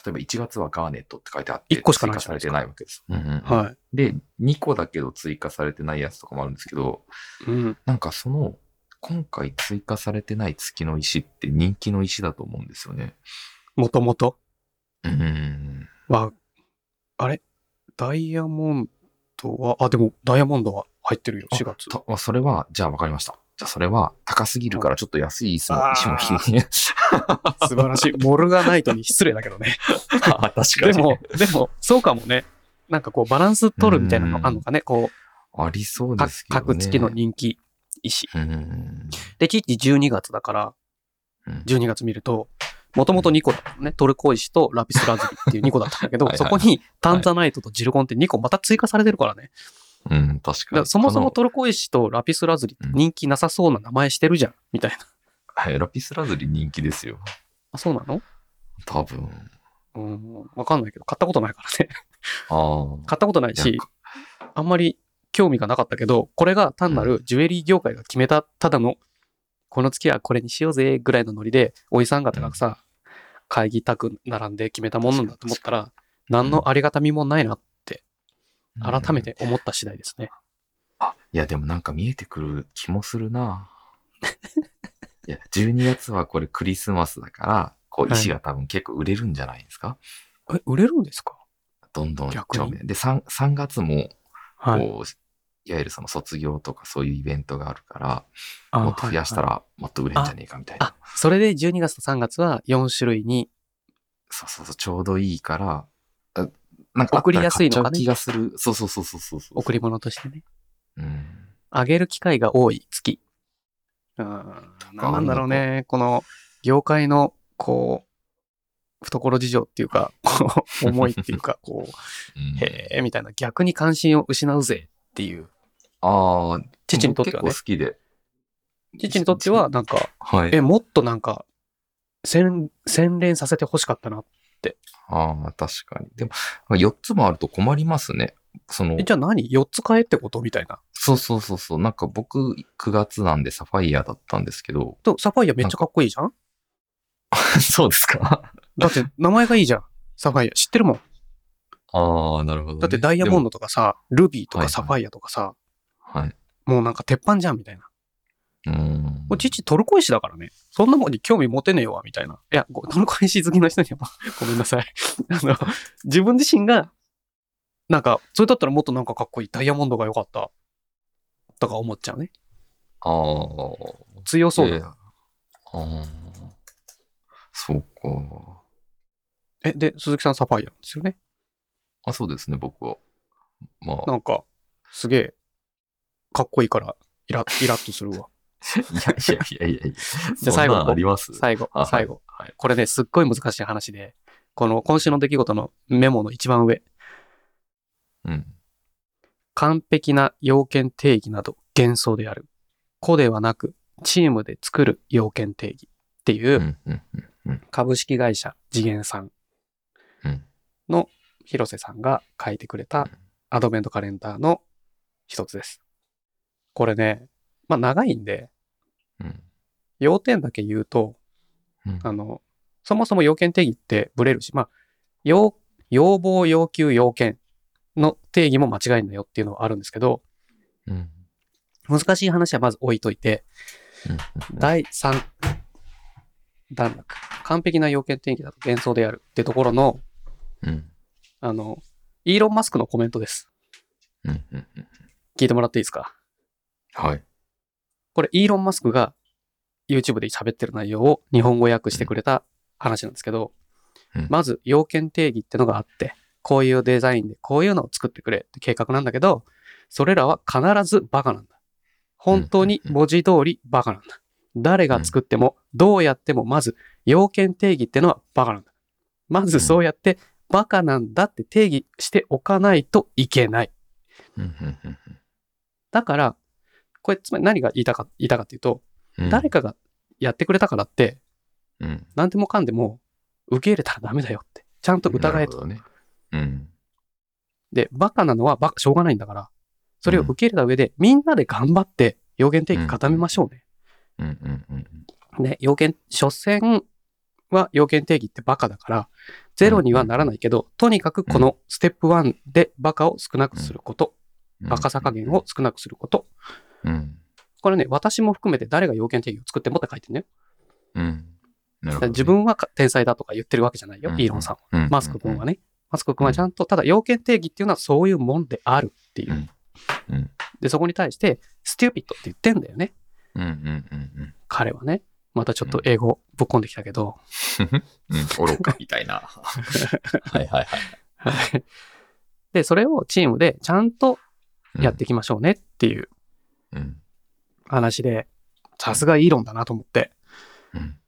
B: 例えば1月はガーネットって書いてあって、
A: 一個しかない
B: 追加されてないわけです。うんうんうん
A: は
B: で、2個だけど追加されてないやつとかもあるんですけど、
A: い。うん。
B: なんかその、今回追加されてない月の石って人気の石だと思うんですよね。
A: もともと
B: うん。
A: は、あれダイヤモンドは、あ、でもダイヤモンドは入ってるよ、
B: あ
A: 4月。
B: たあそれは、じゃあ分かりました。じゃあそれは高すぎるからちょっと安い石も
A: あー
B: 石も引いて
A: 素晴らしい。モルガナイトに失礼だけど
B: [LAUGHS]
A: ね。
B: [LAUGHS] あー確か
A: で
B: に。
A: も、 [LAUGHS] でも、そうかもね。なんかこう、バランス取るみたいなのあんのかね。こう、
B: ありそう
A: か
B: ですけどね。
A: 各月の人気石。
B: うん。
A: で、ちいち12月だから、
B: うん
A: 12月見ると、もともと2個だったのね。トルコ石とラピスラズリっていう2個だったんだけど、
B: はいはい
A: そ
B: は
A: こ
B: い
A: にタンザナイトとジルコンって2個また追加されてるからね。
B: うん、確
A: だか
B: からに。
A: そもそも
B: と、
A: トルコ石とラピスラズリって人気なさそうな名前してるじゃん、みたいな。
B: はい、ラピスラズリ人気ですよ。
A: あ、そうなの
B: 多分。
A: うん、わかんないけど、買ったことないからね。
B: ああ。
A: 買ったことない
B: い
A: し
B: や、
A: あんまり興味がなかったけど、これが単なるジュエリー業界が決めた、ただの、この月はこれにしようぜ、ぐらいのノリで、おじさん方がさ、会議たく並んで決めたもんなんだと思ったら、何のありがたみもないな、改め
B: うん。
A: て思った次第ですね。
B: あ、いや、でもなんか見えてくる気もするな。いや、12月はこれクリスマスだから、こう、
A: はい
B: 石が多分結構売れるんじゃないですか、
A: え、売れるんですか
B: どんどん
A: 逆に
B: 興味で、3、三月も、こう、
A: はい。
B: い、わゆるその卒業とかそういうイベントがあるから、
A: あ
B: もっと増やした
A: はいはい
B: らもっと売れんじゃねえかみたいな。
A: あ、それで12月と3月は4種類に、
B: そうそうそう、ちょうどいいから、あなんかあったら
A: 送りやすいのかね
B: 買っちゃう気がする。そうそうそうそうそうそう。
A: 贈り物としてね、
B: うん。
A: あげる機会が多い月。うん、なんなんだろうね。この、業界の、こう、懐事情っていうか、こう、思いっていう [LAUGHS] か、こう、
B: うん
A: へえ、みたいな、逆に関心を失うぜっていう。
B: ああ、
A: 父にとっては
B: 僕
A: ね
B: 結構。好きで。
A: 父にとっては、なんか、
B: はい。
A: え、もっとなんか、洗洗練させて欲しかったな。
B: ああ、確かに。でも、4つもあると困りますね。その
A: え、、じゃあ何 ?4 つ買えってことみたいな。
B: そうそうそうそう。なんか僕、9月なんでサファイアだったんですけ
A: [LAUGHS]
B: ど。
A: と、サファイアめっちゃかっこいいじゃん
B: そうですか
A: だって、名前がいいじゃん。サファイア。知ってるもん。
B: [LAUGHS] ああ、なるほど、ね。
A: だって、ダイヤモン
B: ド。
A: ドとかさ、ルビーと
B: は
A: か
B: いはい
A: サファイアとかさ、
B: はい。
A: もうなんか鉄板じゃん、みたいな。
B: うーん。
A: もう父トルコ石だからね。そんなもんに興味持てねえわ、みたいな。いや、ごトルコ石好きな人には、 [LAUGHS] ごめんなさい。あの、自分自身が、なんか、それだったらもっとなんかかっこいいダイヤモンドが良かった。とか思っちゃうね。
B: ああ。
A: 強そうだ
B: えー
A: な。
B: ああ。そうか。
A: え、で、鈴木さんサファイアなんですよね。
B: あ、そうですね、僕は。ま
A: [LAUGHS]
B: あ
A: な、んか、すげえ、かっこいいから、イライラッとする
B: [LAUGHS]
A: わ。
B: いやいやいやいやいや。
A: じゃあ最後
B: そんなのあります
A: 最後
B: あ、
A: 最後。
B: はいはい
A: これね、すっごい難しい話で、この今週の出来事のメモの一番上、
B: うん。。
A: 完璧な要件定義など幻想である。個ではなく、チームで作る要件定義っていううん
B: うん。
A: 株式会社次元さん
B: うん
A: の広瀬さんが書いてくれたアドベントカレンダーの一つです。これね、まあ長いんで、
B: うん。
A: 要点だけ言うと、
B: うん
A: あの、そもそも要件定義ってブレるし、まあ、要、要望、要求、要件の定義も間違いんだよっていうのはあるんですけど、
B: うん。
A: 難しい話はまず置いといて、第3段落。完璧な要件定義だと幻想であるってところの、
B: うん。
A: あの、イーロン・マスクのコメントです。
B: うん。うん。
A: 聞いてもらっていいですか
B: はい。
A: これ、イーロン・マスクが YouTube で喋ってる内容を日本語訳してくれた話なんですけど、
B: うん
A: まず要件定義ってのがあって、こういうデザインでこういうのを作ってくれって計画なんだけど、それらは必ずバカなんだ。本当に文字通りバカなんだ。誰が作っても、どうやってもまず要件定義ってのはバカなんだ。まずそうやってバカなんだって定義しておかないといけない。
B: うん。うん。
A: だから、これつまり何が言いたか、言いたかっていうと、
B: うん
A: 誰かがやってくれたからって、
B: うん。
A: 何でもかんでも受け入れたらダメだよって。ちゃんと疑えと。
B: なるほどね。うん。
A: で、バカなのはバカ、しょうがないんだから、それを受け入れた上で、みんなで頑張って、要件定義固めましょうね。
B: うんうんうん
A: ね、要件、所詮は要件定義ってバカだから、ゼロにはならないけど、とにかくこのステップ1でバカを少なくすること、
B: うん。
A: バカさ加減を少なくすること。
B: うん。
A: これね、私も含めて誰が要件定義を作ってもって書いてるね。
B: うん。なる
A: だ
B: ほ
A: か
B: ど
A: ら
B: ね
A: 自、分は天才だとか言ってるわけじゃないよ、
B: うん
A: イーロンさんは。
B: うん
A: マスク君は
B: ね。
A: ね。マスク君はちゃんと、ただ要件定義っていうのはそういうもんであるっていう。
B: うんうん
A: で、そこに対して、ステューピットって言ってんだよね。
B: うんうんうん
A: 彼はね。またちょっと英語ぶっ込んできたけど。
B: うん。うん、愚かみた
A: [LAUGHS]
B: いな。はいはいはい。
A: はいで、それをチームでちゃんとやっていきましょうねっていう
B: うん。
A: 話で、さすがイーロンだなと思って。
B: うん。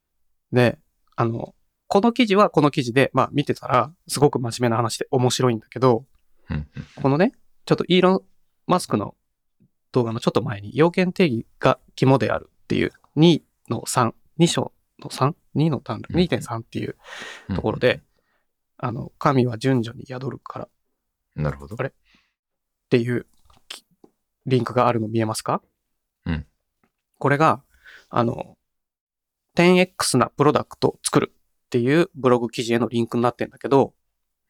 A: で、あの、この記事はこの記事で、まあ見てたら、すごく真面目な話で面白いんだけど、
B: うん
A: このね、ちょっとイーロン・マスクの動画のちょっと前に、要件定義が肝であるっていう、2の3、2章の 3?2 の単
B: うん
A: 2.3っていうところで、あの、神は順序に宿るからっ
B: うん。なるほど。
A: あれていうきリンクがあるの見えますか
B: うん
A: これが、あの、10X なプロダクトを作るっていうブログ記事へのリンクになってんだけど、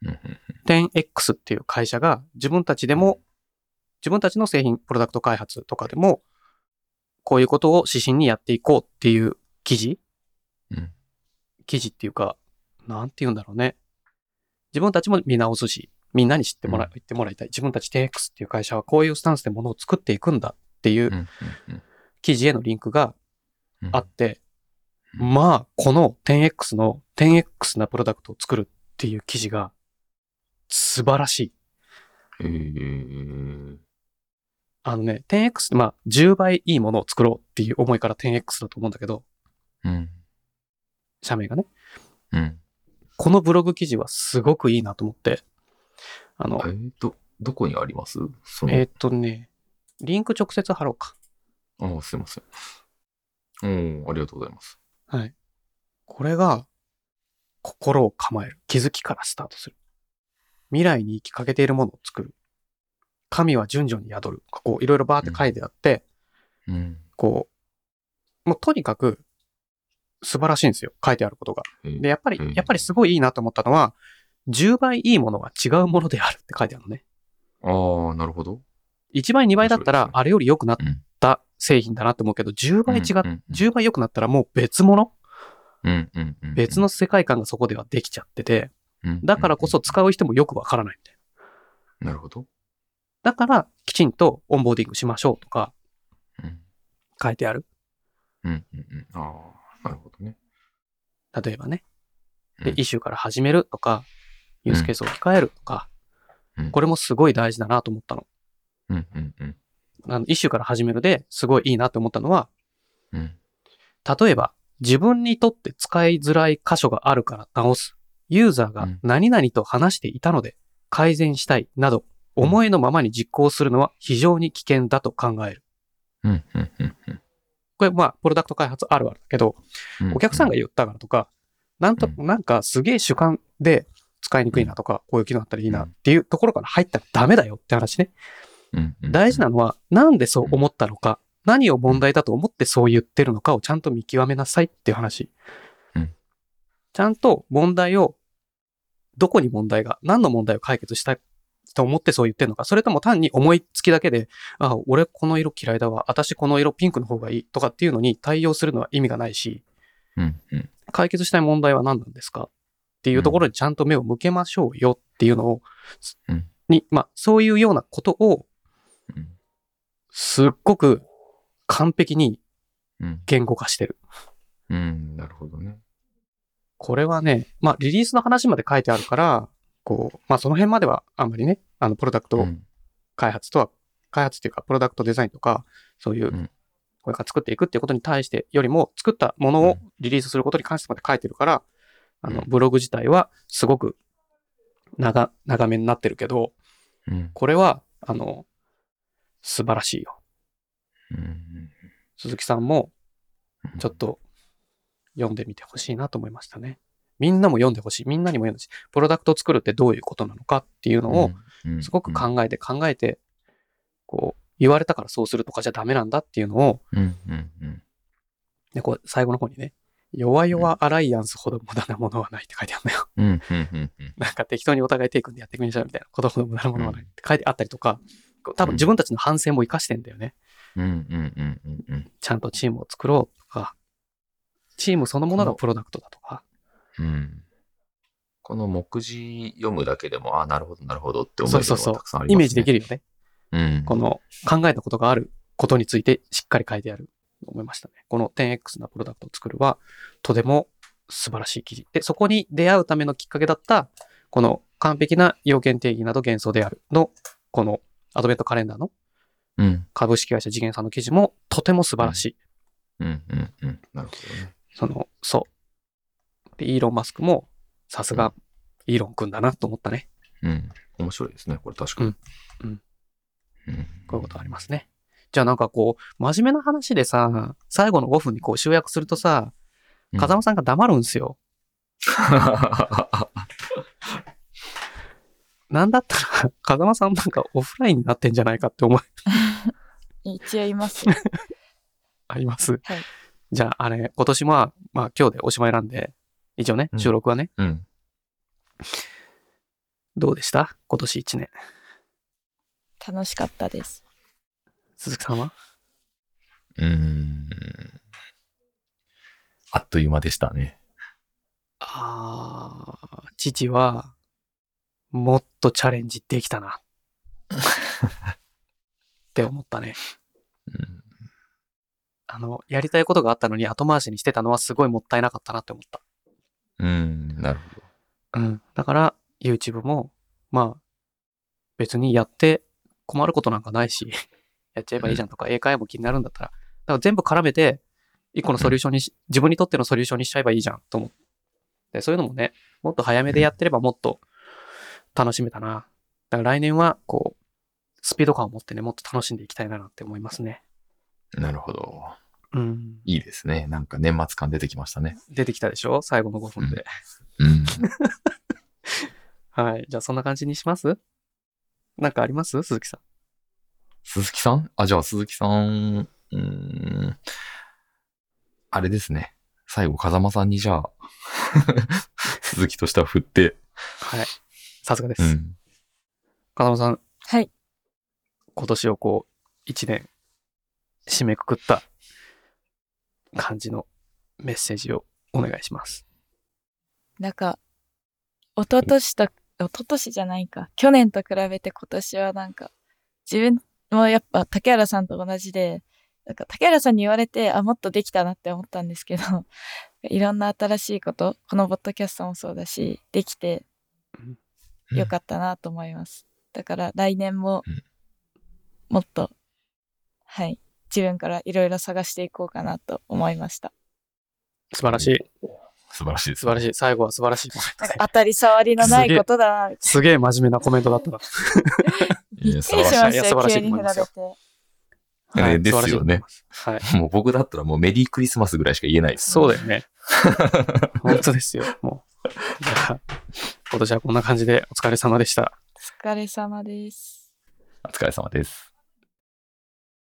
B: うんうん。
A: 10X っていう会社が自分たちでも、自分たちの製品、プロダクト開発とかでも、こういうことを指針にやっていこうっていう記事、
B: うん
A: 記事っていうか、なんて言うんだろうね。自分たちも見直すし、みんなに知ってもら,、
B: うん
A: 言ってもらいたい。自分たち 10X っていう会社はこういうスタンスでものを作っていくんだっていう
B: うん
A: 記事へのリンクが
B: うんうん
A: あって、
B: うん
A: まあ、この 10X の 10X なプロダクトを作るっていう記事が素晴らしい。
B: えー
A: あのね、10X ってまあ10倍いいものを作ろうっていう思いから 10X だと思うんだけど、
B: うん。
A: 社名がね。
B: うん。
A: このブログ記事はすごくいいなと思って。あの
B: え、ーと、どこにありますその、
A: えーっとね、リンク直接貼ろうか。
B: ああ、すいません。おおありがとうございます。
A: はい。これが、心を構える。気づきからスタートする。未来に生きかけているものを作る。神は順序に宿る。こう、いろいろバーって書いてあって、
B: うん。
A: こう、もうとにかく素晴らしいんですよ。書いてあることが。
B: えー
A: で、やっぱり
B: うん、
A: やっぱりすごいいいなと思ったのは、10倍いいものは違うものであるって書いてあるのね。
B: ああ、なるほど。
A: 1倍、2倍だった
B: そう
A: ら
B: で、すね
A: あれより良くなっ
B: うん
A: た製品だなと思うけど、10倍違っ、
B: うんうん
A: 10倍良くなったらもう別物
B: うんうんうん。
A: 別の世界観がそこではできちゃってて、だからこそ使う人もよくわからないみたい
B: うん。なるほど。
A: な。だから、きちんとオンボーディングしましょうとか
B: うん。
A: 書いてある。
B: うんうんうん。ああ、なるほどね。
A: 例えばね。で
B: う、ん
A: イシューから始めるとか、ユースケースを置き換えるとか
B: うん、
A: これもすごい大事だなと思ったの。
B: うんうんうん。
A: あの、イシューから始めるですごいいいなと思ったのは、
B: うん。
A: 例えば、自分にとって使いづらい箇所があるから直す。ユーザー
B: う
A: が
B: ん
A: 何々と話していたので改善したいなど、思いのままに実行するのは非常に危険だと考える。
B: うんうんうんうん
A: これ、まあ、プロダクト開発あるあるだけど、
B: うん。
A: お客さんが
B: う
A: 言ったからとか、なんと、
B: う
A: なんかすげえ主観で使いにくいなとか、こういう機能あったらいいなっていうところから入ったらダメだよって話ね。
B: んうんうん
A: 大事なのは、なんでそう思ったのか、何を問題だと思ってそう言ってるのかをちゃんと見極めなさいっていう話。
B: うん
A: ちゃんと問題を、どこに問題が、何の問題を解決したいと思ってそう言ってるのか、それとも単に思いつきだけで、あ、俺この色嫌いだわ、私この色ピンクの方がいいとかっていうのに対応するのは意味がないし、
B: うんうん。
A: 解決したい問題は何なんですかっていうところにちゃんと目を向けましょうよっていうのを、
B: うん
A: に、まあ、そういうようなことを
B: うん
A: すっごく完璧に
B: うん
A: 言語化してる。
B: うん。なるほどね。
A: これはね、まあリリースの話まで書いてあるから、こう、まあその辺まではあんまりね、あのプロダク
B: う
A: ト
B: ん
A: 開発とは、開発っていうかプロダクトデザインとか、そういう、
B: うん
A: これから作っていくっていうことに対してよりも、作ったもの
B: う
A: をリリースすることに関してまで書いてるから、あの
B: うん
A: ブログ自体はすごく長、長めになってるけど、
B: うん
A: これは、あの、素晴らしいよ。
B: うん。
A: 鈴木さんも
B: うん
A: ちょっと読んでみてほしいなと思いましたね。みんなも読んでほしい。みんなにも読んでほしい。プロダクトを作るってどういうことなのかっていうのを、
B: うん
A: すごく考えて考えて、こう、言われたからそうするとかじゃダメなんだっていうのを、
B: うんうんうん
A: で、こう、最後の方にね、弱々アライアンスほど無駄なものはないって書いてあるのよ。 [LAUGHS]
B: うんうんうんうん
A: なんか適当にお互い手組んでやっていくんじゃみたいな。ことほど無駄なものはないって書いてあったりとか、こう多分自分たちの反省も活かしてんだよね。
B: うんうんうんうんうん
A: ちゃんとチームを作ろうとか、チームそのものがプロダクトだとか。
B: うんこの目次読むだけでも、ああ、なるほど、なるほどって思える
A: そう
B: の
A: そうそう
B: がたくさんあり
A: イ
B: ます
A: メ
B: ね。
A: ージできるよね。
B: うん。
A: この考えたことがあることについてしっかり書いてあると思いましたね。この 10X なプロダクトを作るはとても素晴らしい記事。で、そこに出会うためのきっかけだった、この完璧な要件定義など幻想であるの、このアドベントカレンダーの
B: うん。
A: 株式会社次元さんの記事もとても素晴らしい。
B: うんうんうん。なるほどね。
A: その、そう。で、イーロン・マスクもさすがイーロン君だなと思ったね。
B: うん。面白いですね、これ確かに。
A: うん
B: うん。
A: こういうことありますね。じゃあなんかこう、真面目な話でさ、最後の5分にこう集約するとさ、
B: うん。
A: 風間さんが黙るんすよ。なんだったら、 [LAUGHS] 風間さんなんかオフラインになってんじゃないかって思い
C: 一応
A: [LAUGHS]
C: いますよ。
A: あります。
C: はい
A: じゃあ、あれ、今年は、まあ今日でおしまいなんで、以上ね
B: う、ん
A: 収録はね、
B: [LAUGHS] うん。
A: どうでした今年1年。
C: 楽しかったです。
A: 鈴木さんは
B: うん。あっという間でしたね。
A: あー、父は、もっとチャレンジできた [LAUGHS] な。って思ったね。
B: うん。
A: あの、やりたいことがあったのに後回しにしてたのはすごいもったいなかったなって思った。
B: うん。なるほど。
A: うん。だから、YouTube も、まあ、別にやって困ることなんかないし、 [LAUGHS] やっちゃえばいいじゃんとか、英会話も気になるんだったら、だから全部絡めて、一個のソリューションにし、自分にとってのソリューションにしちゃえばいいじゃんと思って、そういうのもね、もっと早めでやってればもっと楽しめたな。だから来年は、こう、スピード感を持ってね、もっと楽しんでいきたいななんて思いますね。
B: なるほど。
A: うん。
B: いいですね。なんか年末感出てきましたね。
A: 出てきたでしょ最後の5分で。
B: うん。
A: はい。じゃあそんな感じにしますなんかあります鈴木さん。
B: 鈴木さんあ、じゃあ鈴木さん、うーん、あれですね。最後、風間さんにじゃあ、 [LAUGHS] 鈴木としては振って、
A: はい。さすがです。
B: うん。
A: 風間さん、
C: はい。
A: 今年をこう、一年、締めくくった感じのメッセージをお願いします。
C: なんか、一昨年と、一昨年じゃないか。去年と比べて今年はなんか、自分もやっぱ竹原さんと同じで、なんか竹原さんに言われて、あ、もっとできたなって思ったんですけど、 [LAUGHS] いろんな新しいこと、このボッドキャストもそうだし、できてよかったなと思います。だから来年も
B: うん、
C: もっと、はい、自分からいろいろ探していこうかなと思いました。
A: 素晴らしい。
B: 素晴らしいです。
A: 素晴らし
B: い。
A: い。最後は素晴らしい。
C: なんか当たり障りのないことだな。
A: すげえ真面目なコメントだったな。
C: びっくりしま
A: いや素晴
C: したよ、
A: らし
C: 急
A: いと
C: に
A: 思
C: 振
A: いま
C: ら
A: す
C: れ
A: よ
C: て。
B: ね
A: はい
B: ですよ
A: 素晴らし
B: ね
A: いと思いますはい。
B: もう僕だったらもうメリークリスマスぐらいしか言えないです。
A: そうだよね。本当ですよ。もう。じゃあ、今年はこんな感じでお疲れ様でした。
C: お疲れ様です。
B: お疲れ様です。